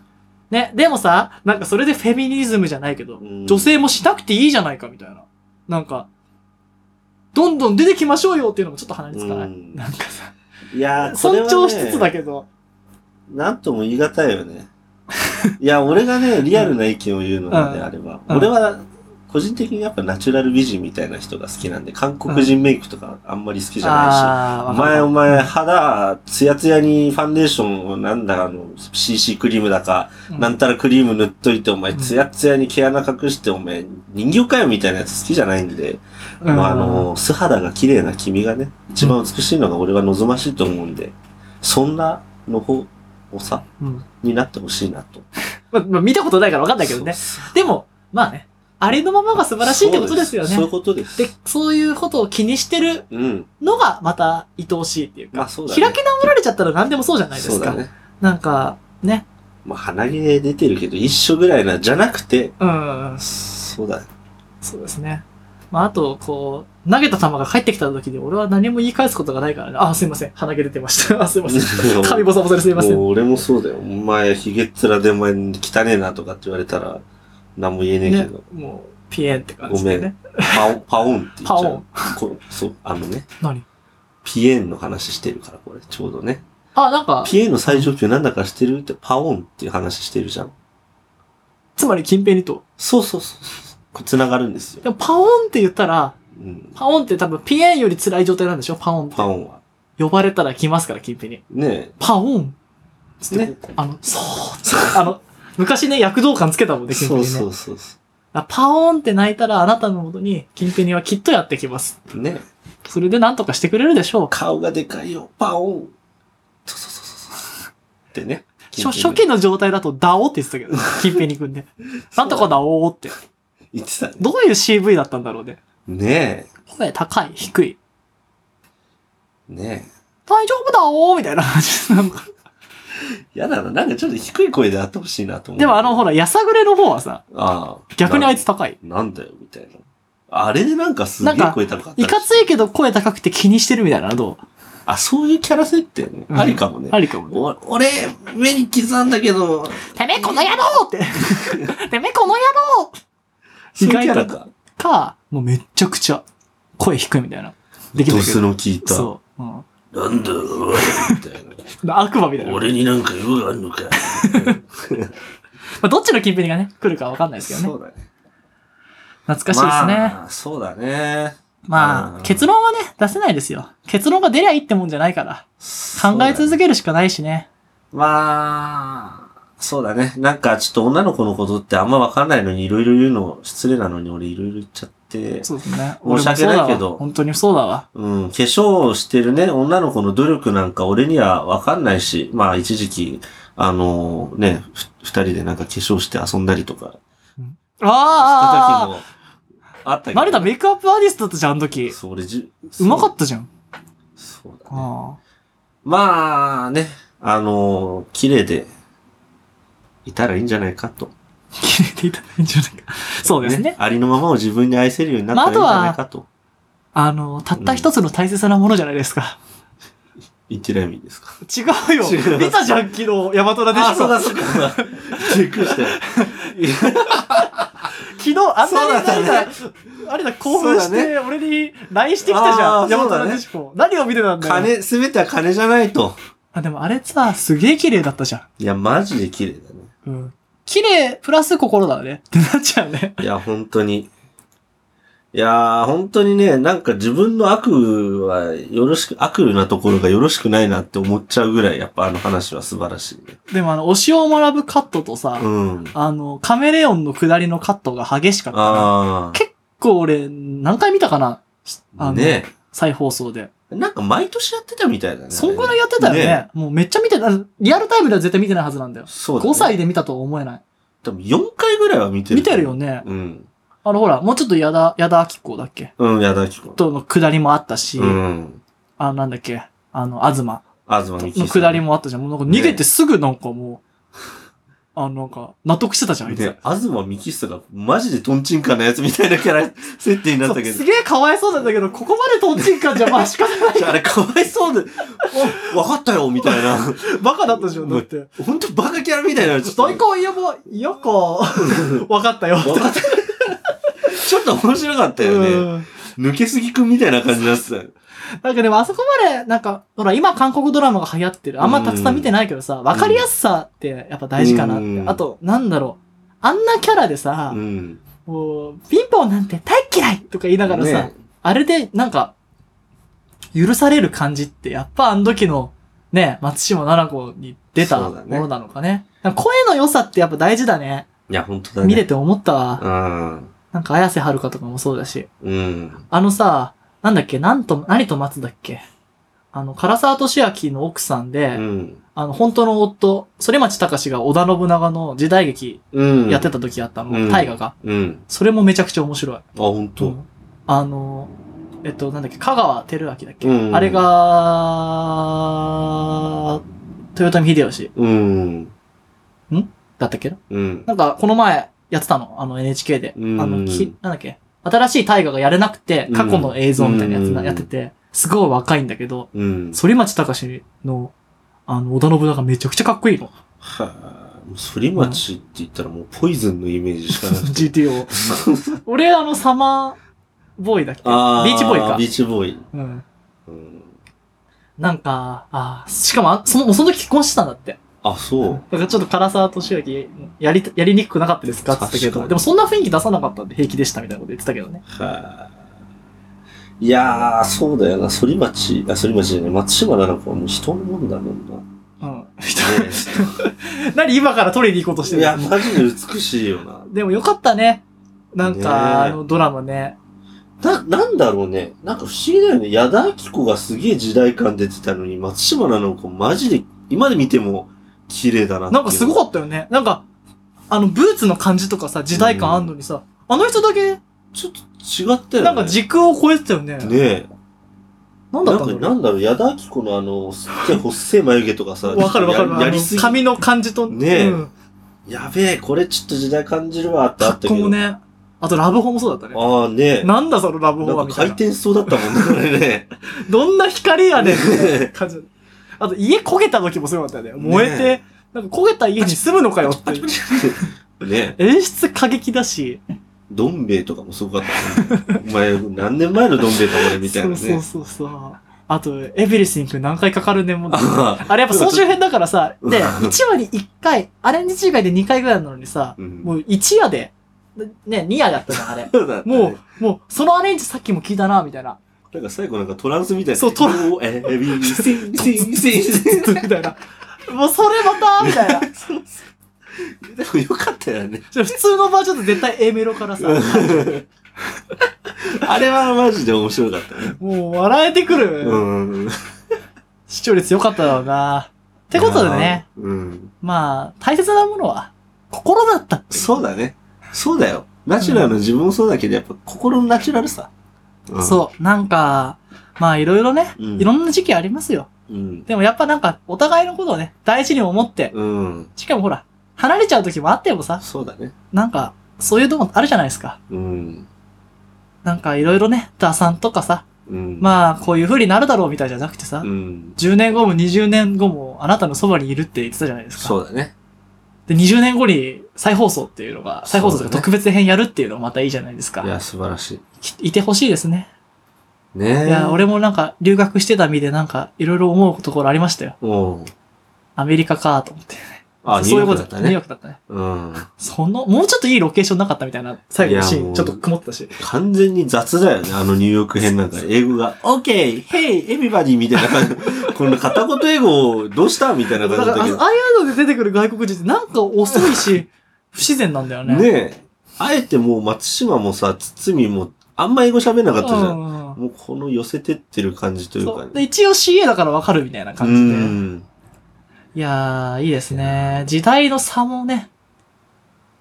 ね、でもさ、なんかそれでフェミニズムじゃないけど、
うん
女性もしなくていいじゃないかみたいな。なんか、どんどん出てきましょうよっていうのもちょっと鼻につかない。
うん
なんかさ、
いな。いやー、これは、ね、
尊重しつつだ
け。
けど。
なんとも言い難いよね。いや、俺がね、リアルな意見を言うのであれば、
うん
俺は、個人的にやっぱナチュラル美人みたいな人が好きなんで、韓国人メイクとかあんまり好きじゃないし、
あ
お
ーわかる
前お前肌ツヤツヤにファンデーションをなんだあの CC クリームだか、
うん
なんたらクリーム塗っといてお前
うん
ツヤツヤに毛穴隠してお前人形かよみたいなやつ好きじゃないんで、
うん
まああの素肌が綺麗な君がね一番美しいのが俺は望ましいと思うんで、そんなの方おさ
うん。
になってほしいなと。
まあ、まあ、見たことないからわかんないけどね。
そう
でも、まあね、ありのままが素晴らしいってことですよね。
そうそういうことです。
で、そういうことを気にしてる
うん。
のがまた愛おしいっていうか、
まあそうだね
開き直られちゃったら何でもそうじゃないで
そ
す
う
か。
だね。
なんか、ね、
まあ鼻毛出てるけど一緒ぐらいな、じゃなくて、
うん、
そうだね。
そうですね。まあ、あと、こう、投げた球が返ってきた時に俺は何も言い返すことがないからね。あ、すいません。鼻毛出てました。あ、 <laughs> すいません。髪ボサボサですいません。
もう俺もそうだよ。お前、ひげっ面でお前汚ねえなとかって言われたら、何も言えねえけ
ね
ど、、
もう、ピエンって感じでね。
パオン、パオンって言っちゃう。
パオン
こそう、あのね、
何
ピエンの話してるから、これ、ちょうどね。
あ、なんか、
ピエンの最上級なんだかしてるって、パオンっていう話してるじゃん。
つまり近辺にと。
そうそうそうそう。これ繋がるんですよ。
でも、パオンって言ったら、
うん。
パオンって多分ピエンより辛い状態なんでしょパオンって
パ。オンは。
呼ばれたら来ますから、近辺に。
ね
パオン
え。ね。
あの、そう <laughs> あの、昔ね、躍動感つけたもんね、近
そ
辺
う
にね。
そうそうそ
あパオンって泣いたらあなたのもとに、近辺にはきっとやってきます。
う。ね
それで何とかしてくれるでしょう。
顔がでかいよ、パオン。そうそうそうそう。ってね。
初初期の状態だと、ダオって言 <laughs> ってたけど、近辺に行くんで。なんとかダオって。
言ってたね。
どういう CV だったんだろうね。
ね
声高い、低い。
え。ね
大丈夫だおーみたいな感じなんか
え。やだな。なんかちょっと低い声であってほしいなと思う。
でもあの、ほら、やさぐれの方はさ、
ああ。
逆にあい
つ。
つ高い。
なんだよ、みたいな。あれでなんかすげえ
なんか
声高かった。
いかついけど声高くて気にしてるみたいなのど
あ、そういうキャラ設定ね。
うん
ありかもね
う。ありかもね。
お俺、目に刻んだけど、
てめえこの野郎 <laughs> って。てめえこの野郎
そういうキャラ
意外
か。
か、もうめっちゃくちゃ声低いみたいな。できる
ド
だけ
ス
ど。
の効いた。
そう。うん
なんだよ、おいみたい
悪魔みたい <laughs>
な。
な。ま
俺になんか用があるのか。
あ、どっちのキンプリがね、来るかわかんないですけどね。
うだね。
懐かしいですね。
まあ、そうだね。
ま
う
あ
ん、
結論はね、出せないですよ。結論が出りゃいいってもんじゃないから。考え
そうだ
続
ね
けるしかないしね。
まあ、そうだね。なんかちょっと女の子のことってあんまわかんないのに、いろいろ言うの失礼なのに俺いろいろ言っちゃって。
そうですね。
申し訳ないけど
俺もそうだわ本当にそうだわ。
うん、化粧をしてるね、女の子の努力なんか俺にはわかんないし、まあ一時期、あのね、ふ二人でなんか化粧して遊んだりとか、した時
あーあーあ
もあったけ
ー、
ど。
成田メイクアップアーティストだったじゃん、あの時。
そう、俺じ
うまか
た
ったじゃん。
そうそうだね。
あ
まあね、あの綺麗で、いたらいいんじゃないかと。
あ。切れていただいたんじゃないか。そうですね。
ありのままを自分に愛せるようになったらいいんじゃないかと。
あの、たった一つの大切なものじゃないですか。
言ってない意味ですか。
違うよ
違う。
見たじゃん、昨日、ヤマトラでしょ。
そうか。
<laughs>
びっくりしたよ。
昨日、あん
そうだ
な
っ
に
たね
なんか、あれだ、興奮し
そうだ
て、俺に LINE してきたじゃ
あー
ん。山
そうだ
田
ね
でしこ。何を見てたんだよ。
金、すべては金じゃないと。
あ、でもあれさ、すげえ綺麗だったじゃ
いや、マジで綺麗だね。
ん。うん。綺麗、プラス心だね。ってなっちゃうね。
いや、本当に。いやー、本当にね、なんか自分の悪はよろしく、悪なところがよろしくないなって思っちゃうぐらい、やっぱあの話は素晴らしいね。
でもあの、推しを学ぶカットとさ、
うん。
あの、カメレオンの下りのカットが激しかった
あ
な。結構俺、何回見たかな
あ。
あの
ね
再放送で。
なんか毎年やってたみたいだね。
そんぐらいやってたよね。
ね
もうめっちゃ見てた。リアルタイムでは絶対見てないはずなんだよ。
そうだ、ね。
5。歳で見たとは思えない。
多分4回ぐらいは見てる。
見てるよ。ね。
うん。
あの、ほら、もうちょっと矢田、矢田明子だっけ
うん、矢田紀子。
との下りもあったし、
うん。
あ、なんだっけ、あの、東の
東美希さん。
下りもあったじゃん。もうなんか逃げてすぐなんかもう、あ、なんか、納得してたじゃん、あいつ。
ね、東美希さんがマジでトンチンカンなやつみたいなキャラ設定になっ
そ
た
う
けど
す。げえかわいそうなんだけど、ここまでとんちんかんじゃ、まあ仕方ない。
じ <laughs> ゃああれかわいそうで、お、わかったよみたいな。
バカだったじゃん、だって。
ほんとバカキャラみたいな。ちょっと、
大根よぼ、よこ、わかったよ。
わかったちょっと面白かったよね。
うん
抜けすぎくんみたいな感じになってたよ。
なんかでもあそこまで、なんか、ほら、今韓国ドラマが流行ってる。あんまたくさん見てないけどさ、わかりやすさってやっぱ大事かなっ
う
て。
ん
あと、なんだろう。あんなキャラでさ、
うん。
もう、ピンポンなんて大っ嫌いとか言いながらさ、
ね
あれで、なんか、許される感じって、やっぱあの時の、ね、松島奈々子に出た
そう
も
だね
のなのかね。なんか声の良さってやっぱ大事だね。
いや、ほんとだね。
見れて思ったわ。
うん。
なんか、綾瀬はるかとかもそうだし。
うん。
あのさ、なんだっけ、なんと、何と松だっけ。あの、唐沢俊明の奥さんで、
うん。
あの、本当の夫、反町隆史が織田信長の時代劇
うん。
やってた時あったの、
うん
大河が。
うん。
それもめちゃくちゃ面白い。
あ、ほん
う
と。
んあの、えっと、なんだっけ、香川照明だっけ、
うん
あれが、豊臣秀吉
うん。
だったっけな
うん。
なんか、この前やってたの、あの NHK で。
うん
あの、きなんだっけ、新しい大河がやれなくて
う、ん
過去の映像みたいなやつな、
うん
やってて、すごい若いんだけど、
うん。
反町隆史の、あの、織田信長めちゃくちゃかっこいいの。
はぁ、もう反町って言ったらもうポイズンのイメージしかな
<laughs>
くて。
GTO。
<laughs>
俺、あの、サマーボーイだっけ
あ
ビーチボーイか
ビーチボーイ。
うん。
うん、
なんか、あーしかもあ、その、もうその時結婚してたんだって。
あ、そう。
だからちょっと唐沢俊明、やり、やりにくくなかったですかって言ったけ
確か
ど、
に
でもそんな雰囲気出さなかったんで平気でしたみたいなこと言ってたけどね。
はぁ。いやー、そうだよな。反町、あ、反町じゃない。松島奈々子はもう人のもんだもんな。
うん。
ね
<laughs> 何今から取りに行こうとして
い
る
や、マジで美しいよな。
でもよかったね。なんか、
ねえ
あのドラマね。
な、なんだろうね。なんか不思議だよね。矢田亜希子がすげえ時代感出てたのに、松島奈々子マジで、今で見ても綺麗だなってい
な
うん
かすごかったよね。なんか、あのブーツの感じとかさ、時代感あんのにさ、あの人だけ、
ちょっと違ったよね。
なんか時空を超えてたよね。
ねえ。
なんだ
な
っ
ん
た
か、
ん
な
だろ
んだろう、矢田亜希子のあの、すっげえ細い眉毛とかさ、
う。わかるわかる。
ややりすぎ
あの。髪の感じと。
ねえ
うん。
やべえ、これちょっと時代感じるわってあったけ
格
ど。
好もね。あとラブホもそうだったね。
ああね。な
なんだそのラブホは
ん
み
か回
たいな。
転しそうだった <laughs> もんね、これね。
どんな光やねんみた
<laughs>
いな感じ。あと家焦げた時もすごかったよね。燃えて、
ね
なんか焦げた家に住むのかよっていう。
<laughs> ね。
演出過激だし。
どん兵衛とかもすごかった、ね。お前、何年前のどん兵衛か俺みたいなね。
そうそうそうそう。あと、エベレスに行く何回かかるねんもんだ
あ
あれやっぱ総集編だからさ、
うん <laughs>
で、1話に1回、アレンジ違いで2回ぐらいなのにさ、
あ。うん
もう1夜で、ね、2夜だったじゃん、あ
<laughs>。
れ
そうだったね
もう、もう、そのアレンジさっきも聞いたな、みた
<laughs>
いな。
なんか最後なんかトランスみたいな。
そうトラ
ンス。えー、ビー、シン、シン、シン、シン。
<laughs> みたいな。もうそれまたみたいな。
そうそう。でもよかったよね。
じゃあ普通のバージョンと絶対 A メロからさ、
<laughs> あれはマジで面白かったね。
もう笑えてくる。
うん。っ
視聴率良かっただろうな。ってことでね、。
うん。
まあ、大切なものは、心だった。
そうだね。そうだよ。ナチュラルの自分もそうだけど、やっぱ心のナチュラルさ。
そう、なんか、まあいろいろね、
うん
いろんな時期ありますよ。
うん。うん。
でもやっぱなんか、お互いのことをね、大事に思って、
うん。
しかもほら、離れちゃう時もあってもさ、
そうだね。
なんか、そういうとこあるじゃないですか。
うん。
なんかいろいろね、打算とかさ、
うん。あ。
まあこういう風になるだろうみたいじゃなくてさ、
うん。
10年後も20年後もあなたのそばにいるって言ってたじゃないですか。
そうだね。
で、20年後に再放送っていうのが、再放送
そ
とか
うだね
特別編やるっていうのもまたいいじゃないです
い
か。
や、素晴らしい。
きいてほしいですね。
ねえ。
いや、。俺もなんか留学してた身でなんかいろいろ思うところありましたよ。
うん。
アメリカかと思って。
あ、ニュ
そ
ー
うい
ヨー
うこ
ク
と
だった
ニューヨ
ね
ー。クだったね。
うん。
その、もうちょっといいロケーションなかったみたいな、最後のシ
いや
ー
も
ン、
う
ちょっと曇ってたし。
完全に雑だよね、あのニューヨーク編なんか。英語が、OK! Hey! Everybody! みたいな感じ。この片言英語をどうしたみたいな
だ
感
か
じだ
ら、
っ
あ
たけ
ああいうので出てくる外国人ってなんか遅いし、不自然なんだよね。
ど。ねえ。あえてもう松島もさ、堤も、あんま英語喋んなかったじゃん。
うん
もうこの寄せてってる感じという
そ
か
うで
ね。
一応 CA だからわかるみたいな
う
感じで。
ん。
いやー、いいですね。時代の差もね、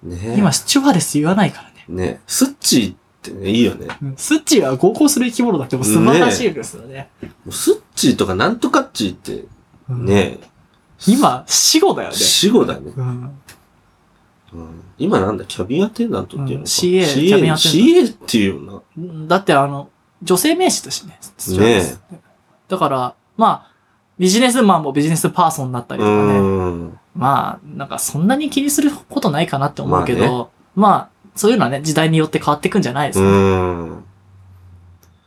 ねえ。
今、スチュワーデス言わないからね。
ねえ。スッチーってね、いいよね。
うんスッチーは合コンする生き物だけど素晴らしいですよね。
もうスッチーとかなんとかっちーって、
うん
ね
今、死後だよ
え。
ね。
死語だね。
うん
うん今なんだ、キャビンアテンダントっていうのか、
うん CA キャビンアテンダ
CA っていうよ
だって、あの、女性名詞だしね、スチュワーデスってだから、まあ、ビジネスマンもビジネスパーソンになった
な。
りとかね。
うん。
まあ、なんかそんなに気にすることないかなって思うけど、
ま
ま
あ
あ、
ね
そういうのはね、時代によって変わっていくんじゃないです
う
か。
ん。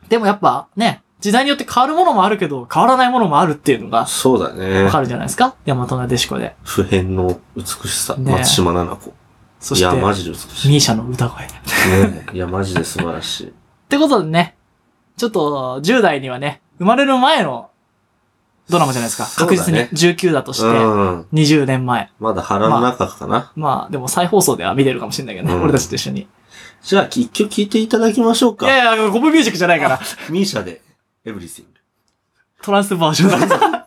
でもやっぱね、時代によって変わるものもあるけど、変わらないものもあるっていうのが、
そうだね
わ。かるじゃないですか。大和なでしこで。
普遍の美しさ。
ね
松島奈々
そ
子。い
して、
や、マ
ミ
ジで美しい。
ーシャの歌声。っ
ね、いや、マジで素晴らし
<laughs>
い。
てことでね、ちょっと、10代にはね、生まれる前のドラマじゃないですか。
そうだ
確
ね
実に。19だとして、
うん。
20年前。
まだ腹の中かな。
まあ、でも再放送では見れるかもしれないけどね。
うん
俺たちと一緒に。
じゃあ、一曲聴いていただきましょう
い
か。 <laughs>
やいや、コブミュージックじゃないから。
ミーシャで、エブリ i ング。
トランスバージョンなんだ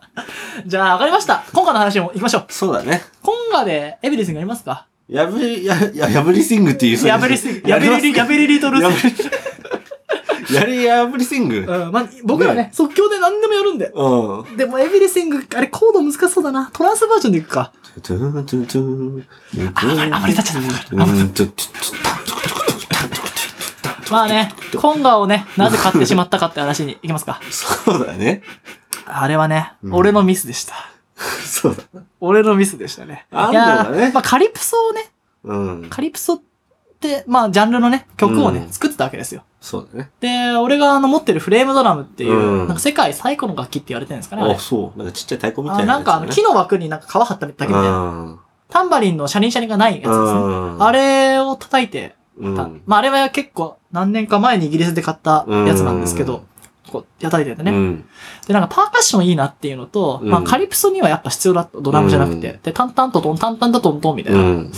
じゃあ、わかりました。今回の話も行きましょう。
そうだね。
今回でエビリスになりますか
やぶり、や、や、やぶりシングっていう。
やべりす、やべりり、やべりリトル
やぶ
ス。
り、やりやぶりシング。
うん、まあ、僕らね、
ね
即興で何でもやるんで。
うん。
でも、エビリシング、あれ、コード難しそうだな。トランスバージョンでいくか。
トゥーントゥーントゥーン
あ、あまり立っちゃった。あ
うんと
まあね、コンガをね、なぜ買ってしまったかって
<laughs>
話に行きますか。
そうだね。
あれはね、
うん
俺のミスでした。
そうだ。
俺のミスでしたね。
安藤がね
いやーまあ、カリプソをね、
うん。
カリプソって、まあ、ジャンルのね、曲をね、
うん
作ってたわけですよ。
そうだね。
で、俺があの持ってるフレームドラムっていう、
うん
なんか世界最古の楽器って言われてるんですかね。あれ
あ、そう。なんかちっちゃい太鼓みたい
あ
なやつだね。
なんかあの木の枠になんか皮張っただけみたいな。
の
タンバリンのシャリンシャリンがないやつですね。
うん。
あれを叩いて
うん
た。まああれは結構何年か前にイギリスで買ったやつなんですけど、こう、叩いててね、
うん。
で、なんかパーカッションいいなっていうのと、
うん
まあカリプソにはやっぱ必要だった。ドラムじゃなくて。
うん
で、タンタンとトン、タンタンとトントンみたいな。
うん。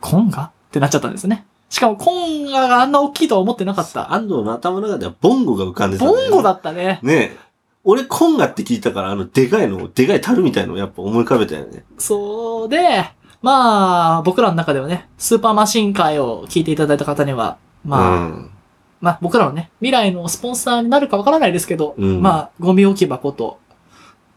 コンガってなっちゃったんですね。しかもコンガがあんな大きいとは思ってなかった。
安藤の頭の中ではボンゴが浮かんでたん
ボ
よ
ンゴだったね。
ねえ。俺コンガって聞いたから、あの、でかいの、でかい樽みたいのをやっぱ思い浮かべたよね。
そうで、まあ、僕らの中ではね、スーパーマシン界を聞いていただいた方には、まあ、
うん。
まあ僕らのね、未来のスポンサーになるかわからないですけど、
うん
まあ、ゴミ置き箱と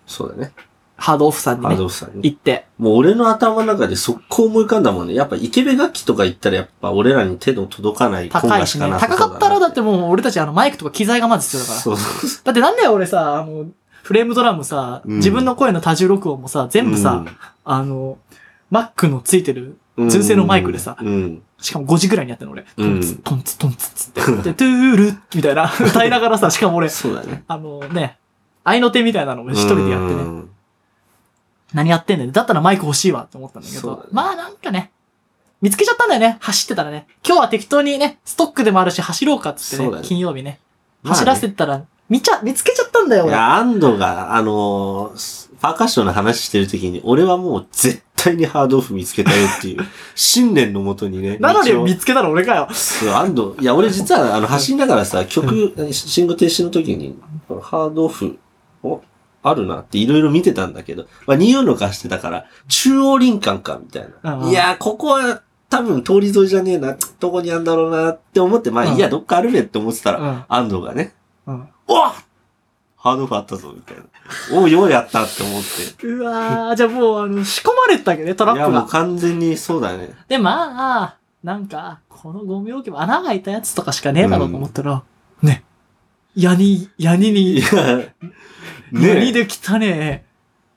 そうだね。
ハードオフさんに
ア
ね、
ドフさんに。
行って、
もう俺の頭の中で速攻思い浮かんだもんね。やっぱ池部楽器とか行ったらやっぱ俺らに手の届かない
高いしね。高かったらだって
も
もう俺たちあのマイクとか機材がまず必要だから。
そうそうそ
だってなんだよ俺さ、あの、フレームドラムさ、
うん
自分の声の多重録音もさ、
う。
全部さ、あの、Mac のついてる、
うん、
純正のマイクでさ
うん。
しかも5時ぐらいにやってるの俺。ト
うん
ンツ、トンツ、トンツつって。で、トゥールみた
<laughs>
いな、歌いながらさ、しかも俺、
そうだね。
あのね、愛の手みたいなのも一人でやって
う
ね。
ん
何やってんねん。だったらマイク欲しいわって思ったんだけ
そう
ど
だね。
まあなんかね、見つけちゃったんだよね。走ってたらね。今日は適当にね、ストックでもあるし走ろうかっつって
そう
ね
だ、ね
金曜日ね。
まあね
走らせてたら、見ちゃ、見つけちゃったんだよ
い
俺。
や、安藤が、あのーパーカッションの話してる時に、俺はもう絶対にハードオフ見つけたよっていう、
<laughs>
信念のもとにね。
なのに
道を
見つけたら俺かよ。
そう、安藤。いや、俺実は、あの、走りながらさ、曲、信号停止の時に、このハードオフ、お、あるなっていろいろ見てたんだけど、まあ、24の貸してたから、中央林間か、みたい
うん
な。
うん
いやー、ここは、多分通り沿いじゃねえな、どこにあんだろうなって思って、まあ、
うん
いや、どっかあるねって思ってたら、
うん
安藤がね、
うん
おハードオフあったぞ、みたいな。おう、ようやったって思って。
うわー、じゃあもう、あの、仕込まれてたわけね、トラ
い
ッ
や、
プ
もう
が。
完全にそうだね。
で、まあ、なんか、このゴミ置き場、穴が開いたやつとかしかねえだろうと思ったら、ね、ヤニ、ヤニ
い
に、
や、
ヤニ
ねえ。
で汚ね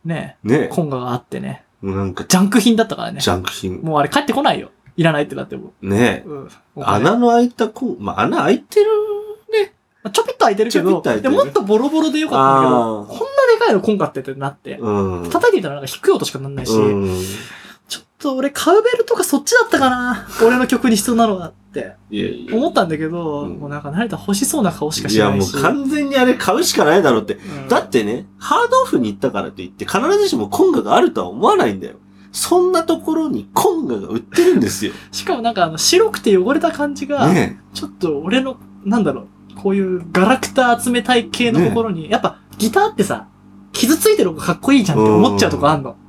え、ねえ、
ね
コンガがあってね、
え。もうなんか、
ジャンク品だったからね
ジ。ャンク品。
もうあれ帰ってこないよ。いらないってなっても。
ねえ。
うん。もうこれ
穴の開いたコン、まあ、穴開いてるね。
まあちょびっと開いてるけ
ちょび
ど、
っと開いて
で
る
もっとボロボロでよかったんだけど、
あー
こんなでかいのコンガってってなって、
うん。
叩いてみたらなんか低い音しかなんないし、
うん。
ちょっと俺カウベルとかそっちだったかな俺の曲に必要なのはって
いやいや。
思ったんだけど、
うん
もうなんか成田欲しそうな顔しか
い
し
や、
ない
もう
し。
完全にあれ買うしかないだろうって。
うん
だってね、ハードオフに行ったからといって、必ずしもコンガがあるとは思わないんだよ。そんなところにコンガが売ってるんです <laughs> よ。
しかもなんかあの白くて汚れた感じが、
ね
ちょっと俺の、なんだろう、こういうガラクタ集めたい系のところに、やっぱギターってさ、傷ついてる方がかっこいいじゃんって思っちゃうとこあんの。
え。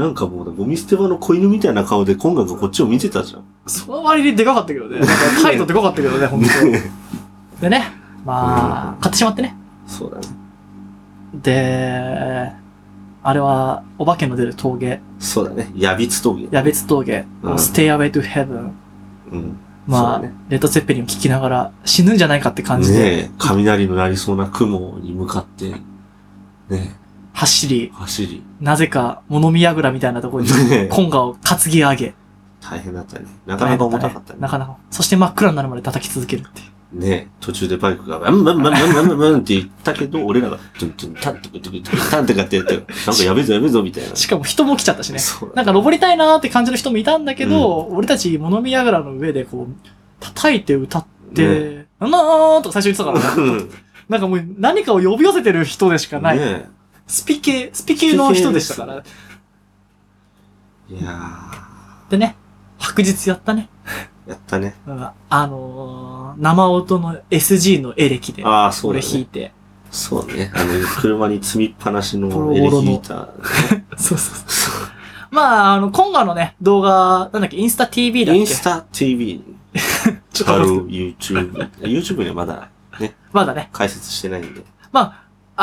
なんかもう、ゴミ捨て場の子犬みたいな顔でコンガがこっちを見てたじゃん。
その割にでかかったけどね。なんか態度でかかったけどね、本当
<laughs>
に。
ね
でね、まあ、買ってしまってね。
えそうだね。
で、あれは、お化けの出る峠、
そうだね。やびつ峠。
矢別峠、
うん
Stay Away to Heaven、
うん。
まあ、
そうだね
レッド・セッペリンを聴きながら死ぬんじゃないかって感じで
ねえ、雷の鳴りそうな雲に向かって、ね
走り、
え、走 <laughs> り。
なぜか物見櫓みたいなところに
ねえ
コンガを担ぎ上げ、
大変だったね。なかなか重たかったね。
なかなか。そして真っ暗になるまで叩き続けるっていう。
ね途中でバイクが、バンバンバンバンバンバンバンって言ったけど、俺らが、トゥントゥンタンとかトゥントゥンタンとかってやって、なんかやべえぞやべえぞみたいな。
しかも人も来ちゃったしね。
そう
なんか登りたいなーって感じの人もいたんだけど、俺たち物見櫓の上でこう、叩いて歌って、なんだーとか最初言って
<laughs>
たからね。なんかもう何かを呼び寄せてる人でしかない。
ね
スピ系、スピ系の人でしたから。
え。いや
でね、白日やったね。
ー、やったね。
うんあのー、生音の SG のエレキで、
ああ、そう
俺
だ
弾い
ね。
て、
そうね。あの、車に積みっぱなしの
ボロボ
エレ
ロ
キ
の
ギター。
そうそうそう。 <laughs> まあ、あの、今ガのね、動画、なんだっけ、インスタ TV だっ
イ
け
ンスタ TV、
ちょっと
ハ
待
ロ
って
ー YouTube。YouTube にはまだ
まだね。
解説してないんで。
まあ、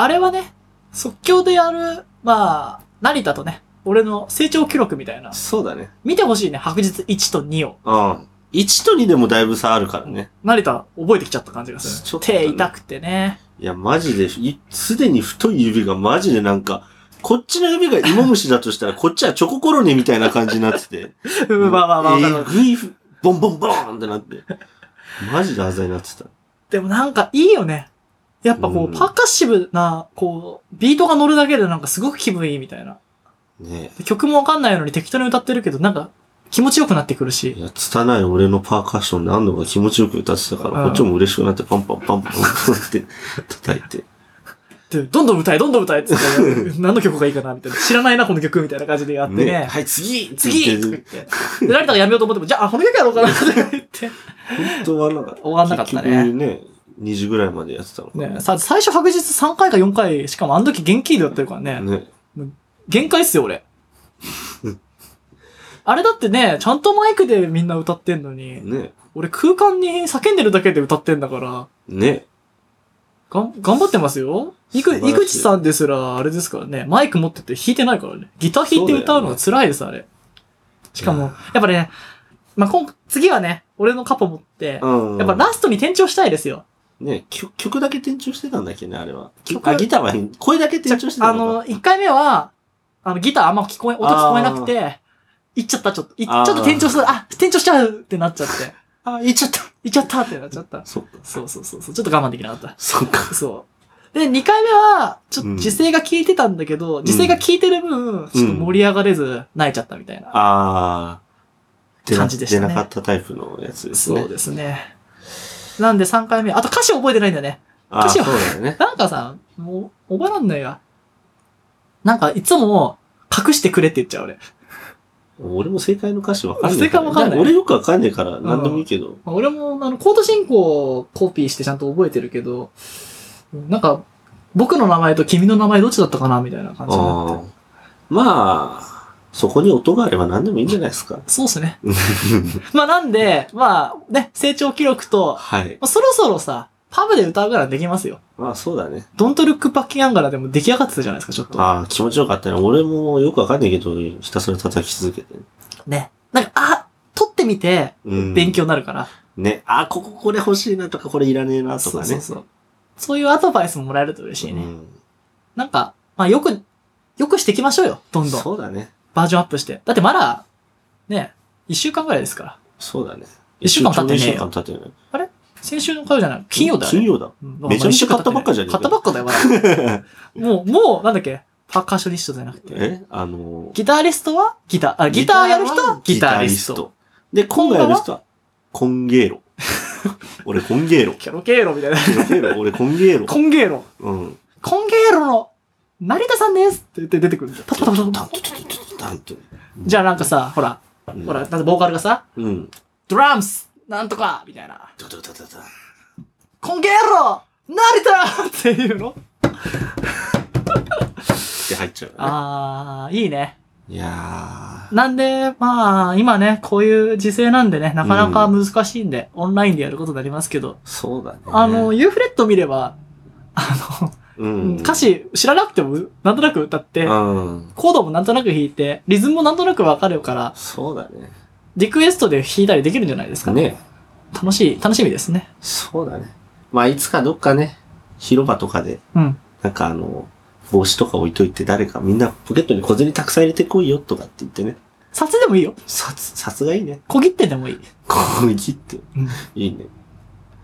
あれはね、即興でやる、まあ、成田とね、俺の成長記録みたいな。
そうだね。
見てほしいね、白日1と2を。
うん。1と2でもだいぶ差あるからね。
成田、覚えてきちゃった感じがす
ちょ
る。
っとね
手痛くてね。
いや、マジで、いすでに太い指がマジでなんか、こっちの指が芋虫だとしたら、こっちはチョココロネみたいな感じになってて。
<laughs> うんまあまあまあ、わかるわ
え
かる
ぐい、ボンボンボーンってなって。マジであざになってた。
でもなんかいいよね。やっぱこ
うん
う、パーカッシブな、こう、ビートが乗るだけでなんかすごく気分いいみたいな。
ね
で曲もわかんないのに適当に歌ってるけど、なんか気持ちよくなってくるし
え。い。や、つたない俺のパーカッション何度か気持ちよく歌ってたから、
うん
こっちも嬉しくなってパンパンパンパンパンって叩いて。
で、どんどん歌え、どんどん歌えって言って <laughs> 何の曲がいいかなみたいな。知らないな、この曲みたいな感じでやってね。
ねえはい、次
次
って
と
言
か
っ
言
て
って。で、成田がやめようと思っても、じゃあ、この曲やろうかなって言って。
本当はなんか、
終わんなかったね
結局ね、2時ぐらいまでやってたのかな
ね、さ、最初白日3回か4回、しかもあの時元気でやってるからね。
ね。
限界っすよ、俺。あれだってね、ちゃんとマイクでみんな歌ってんのに、
ね。
俺空間に叫んでるだけで歌ってんだから、
ね。
がん、頑張ってますよ。い
素
く、
晴らしい
井口さんですら、あれですからね、マイク持ってて弾いてないからね。ギター弾いて歌うのが辛いです、あれ。しか
い
も
や、
やっぱね、まあ、今、次はね、俺のカポ持って、
うん。
やっぱラストに転調したいですよ。
ね、曲曲だけ転調してたんだっけね、あれは。
曲
あ、ギターは声だけ転調して
あ
たのか。
の、1回目は、あの、ギターあんま聞こえ、音聞こえなくて、行っちゃった、ちょっと。いちょ
あ
っ
ー
と転調する、あ、転調しちゃうってなっちゃって。
あの、あ、いっちゃった。
行っちゃったってなっちゃった。
そっか。
そうそうそうそう。ちょっと我慢できなかっ
そっか。
た。そう。で、2回目は、ちょっと
うん
時勢が効いてたんだけど、
ん
時勢が効いてる分、ちょっと盛り上がれず、泣いちゃったみたいな。
あー。
感じでしたね
出なかったタイプのやつですね。
そうですね。なんで3回目、あと歌詞覚えてないんだよね。
あー
歌詞
そう
は
だよね。
なんかさ、もう、覚えらんないや。なんか、いつも、隠してくれって言っちゃう、俺。
俺も正解の歌詞わかんないら。
正解わかんない
俺よくわかんないから、何でもいいけど。
まあ俺も、あの、コード進行をコピーしてちゃんと覚えてるけど、なんか、僕の名前と君の名前どっちだったかなみたいな感じにな
あ
って。
ーまあ、そこに音があれば何でもいいんじゃないですか。
そうっすね。まあなんで、まあね、成長記録と、ま
はい。
あ、そろそろさ、パブで歌うからできますよ。
まあそうだね。
ドントルックパッキンアンガラでも出来上がってたじゃないですか、ちょっと。
ああ、気持ちよかったね。俺もよくわかんないけど、ひたすら叩き続けて。
ね。なんか、あ、撮ってみて、
うん
勉強になるから。
ね。ああ、こここれ欲しいなとか、これいらねえなと
そ
か
う
ね。
そうそう。そういうアドバイスももらえると嬉しいね。
うん
なんか、まあよく、よくしていきましょうよ、どんどん。
そうだね。
バージョンアップして。だってまだ、ね、一週間ぐらいですから。
そうだね。
一週間経ってねえよ
一週間経ってない。
先週の火曜じゃない金曜だよ、ね。
金曜だ。
うんだからまあ
めちゃめちゃ
一週間
買っ
経て
たばっかじゃねえか
買ったばっかだよ、ま
<laughs>
だ。もう、もう、なんだっけパーカッショニストじゃなくて。
えあのー、
ギタリストはギター、あ、ギターやる人はギタリスト。。
で、今回やる人は、コンゲーロ。 <laughs> 俺、コンゲーロ。
キャロケーロみた <laughs> いな。
コンゲーロ俺、コンゲーロ。
コンゲーロ。
うん。
コンゲーロの、成田さんですって言って出てくるんだよ。パタパタパタパタ
なんとね
じゃあなんかさ、ほら、
うん
ほら、なんかボーカルがさ、
うん。
ドラムスなんとかみたいな。
ドドドドド
コンゲーロ成田 <laughs> っていうの
って入っちゃうよね。
あー、いいね。
いや
なんで、まあ、今ね、こういう時勢なんでね、なかなか難しいんで、オンラインでやることになりますけど、
ー、そうだね。
あの、ユーフレット見れば、あ
う
の、
ん、
歌詞知らなくても、なんとなく歌って、
うん。
コードもなんとなく弾いて、リズムもなんとなくわかるから、
そうだね。
リクエストで弾いたりできるんじゃないですか。
ね。
楽しい、楽しみですね。
そうだね。まあ、いつかどっかね、広場とかで、
うん。
なんかあの、帽子とか置いといて誰かみんなポケットに小銭たくさん入れてこいよとかって言ってね。
撮影でもいいよ。
札、札がいいね。
小切手でもいい。
こう切って。
うん
いいね。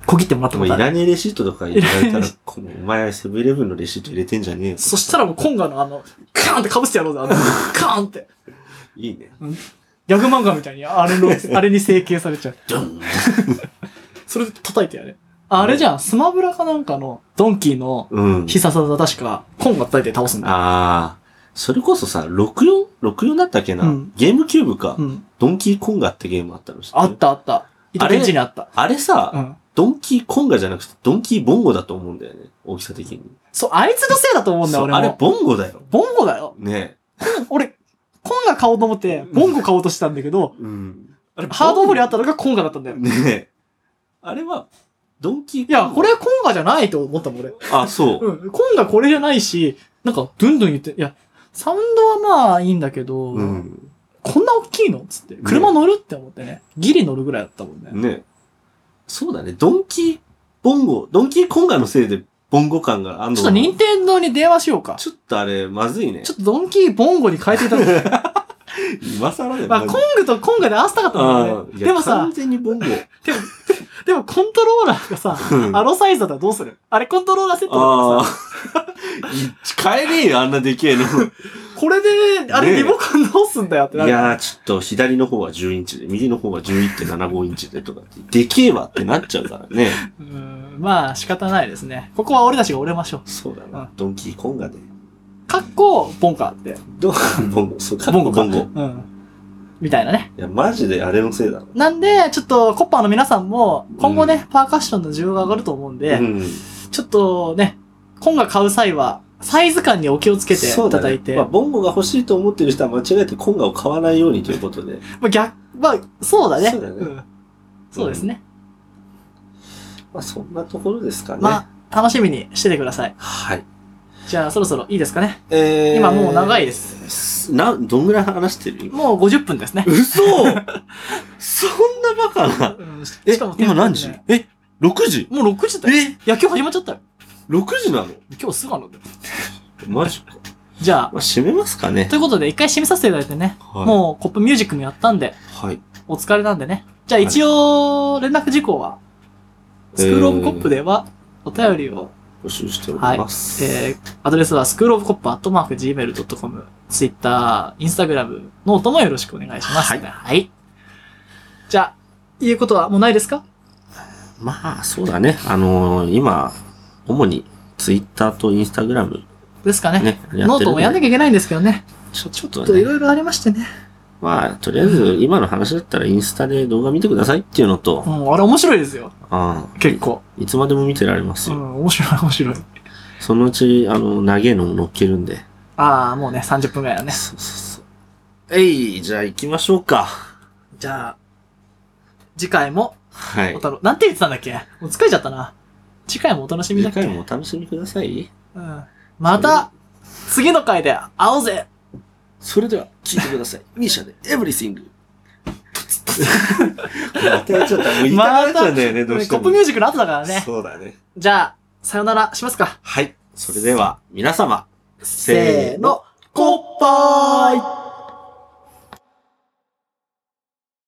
小切手もらっ
で
ても
もい
らった
らねえレシートとかいただいた
<laughs> いらね
ら、このお前セブンイレブンのレシート入れてんじゃねえよ。
そしたらもう、コンガのあの、カーンって被せてやろうぜ、あの、カーンって。
いいね。
ギャグ漫画みたいに、あ
<laughs>
れの、あれに整形されちゃう。
ドン
それで叩いてやれ。ああれじゃん、スマブラかなんかの、ドンキーの
うん。
必殺技確か、コンが叩いて倒すんだよ。
あー。それこそさ、64?64 だったっけな、
うん
ゲームキューブか、
うん。
ドンキーコンガってゲームあったの知ってる
あったあった。伊藤健二にあった。
あれさ、
うん。
ドンキーコンガじゃなくて、ドンキーボンゴだと思うんだよね。大きさ的に。
そう、あいつのせいだと思うんだよ、
そう
俺
あれ、
も。
ボンゴだよ。
ボンゴだよ。
ね
俺、コンガ買おうと思って、ボンゴ買おうとしてたんだけど、
うん。あれ、
ハードオフにあった
の
のがコンガだったんだよ。
ねえ。あれは、ドンキー
いや、これはコンガじゃないと思ったもん、俺。
あ、そう。
うん、コンガこれじゃないし、なんか、ドゥンドゥン言って、いや、サウンドはまあいいんだけど、
うん。
こんな大きいのっつって。車乗るって思ってね。ギリ乗るぐらいだったもんね。
ねえ。そうだね。ドンキーボンゴ、ドンキーコンガのせいで、ボンゴ感があんの
ちょっと任天堂に電話しようか。
ちょっとあれ、まずいね。
ちょっとドンキーボンゴに変えていただく。
今更だよ。
まあ、
マ
コ
ジ
ン
で
グとコンガで合わせたかったもんだ
あ
ね。
あ、いや
でもさ
完、全にボンゴ。
でもコントローラーがさ、
うん
アロサイズだったらどうするあれコントローラーセットだから
あ <laughs> あ。
さ、
買えねえよ、あんなでけえの。
これで、あ
ね
れ
え
リモコンどうすんだよってないる。
やー、ちょっと左の方は10インチで、右の方は11.75インチでとかって、でけえわってなっちゃうから
<laughs>
ね。
うーん、まあ仕方ないですね。ここは俺たちが折れましょう。
そうだ
う
な。ドンキーコン
<laughs>
ガで。
かっこ、ボンカって。
ドンボンゴ、そうか。
ボンゴか
ボンゴ。い
うん。みたいなね。
や、マジであれのせいだろ。
なんで、ちょっと、コッパーの皆さんも、今後ね、パーカッションの需要が上がると思うんで、
うん。
ちょっとね、今が買う際は、サイズ感にお気をつけてい
そう
た
だ
だ
ね
いて、
まあ、ボンゴが欲しいと思ってる人は間違えてコンガを買わないようにということで。
まあ、逆、まあ、そうだね。
そうだね
んそうですね。
まあ、そんなところですかね。
まあ、楽しみにしててください。
はい。
じゃあ、そろそろいいですかね。
えー、
今もう長いです。
す。な、どんぐらい話してる
もう50分です
<laughs>
ね。
嘘そんなバカな。
うんし
え
しかも、、
今何時え、6時
もう6時だよ。
え、
野球始まっちゃったよ。
6時なの
今日すぐなので。
マジか。
じゃあ、
まあ、閉めますかね
と。いうことで、一回締めさせていただいてね、
はい。
もうコップミュージックもやったんで、
はい。
お疲れなんでね。じゃあ一応、連絡事項は、スクールオブコップでは、お便りを、
募集しております。
えー、アドレスはスクールオブコップアットマーク Gmail.com、Twitter、Instagram、ノートもよろしくお願いします、
はい
はい。じゃあ、言うことはもうないですか
まあ、そうだね。あのー今、主に、ツイッターとインスタグラム
ですかね
ね、や
ノ
っ
ー
て
ト
る
もやんな
ね。
きゃいけないんですけどね。
ちょちょっ
ち
と
ょっとい
ね。
ろいろありましてね。
まあ、とりあえず、今の話だったらインスタで動画見てくださいっていうのと、
うん、あれ面白いですよ。
ああ
結構。
いつまでも見てられます
う
よ。
ん、面白い面白い。
そのうち、あの、長えのも乗っけるんで。
ああ、もうね、30分ぐらいだね。
そうそうそう。えい、じゃあ行きましょうか。
じゃあ、次回も
はい
お。たろなんて言ってたんだっけもう疲れちゃったな。次回もお楽しみだ
次
っけ
回もお楽しみください。
うん。また、次の回で会おうぜ
それでは、聞いてくだ <laughs> さい。ミーシャで、エブリシング。またやっちゃった。もう言いたくなっちゃうんだよね、どうして
コ
も。
ップミュージックの後だからね。
そうだね。
じゃあ、さよならしますか。
はい。それでは、皆様、
せーの、コッパーイ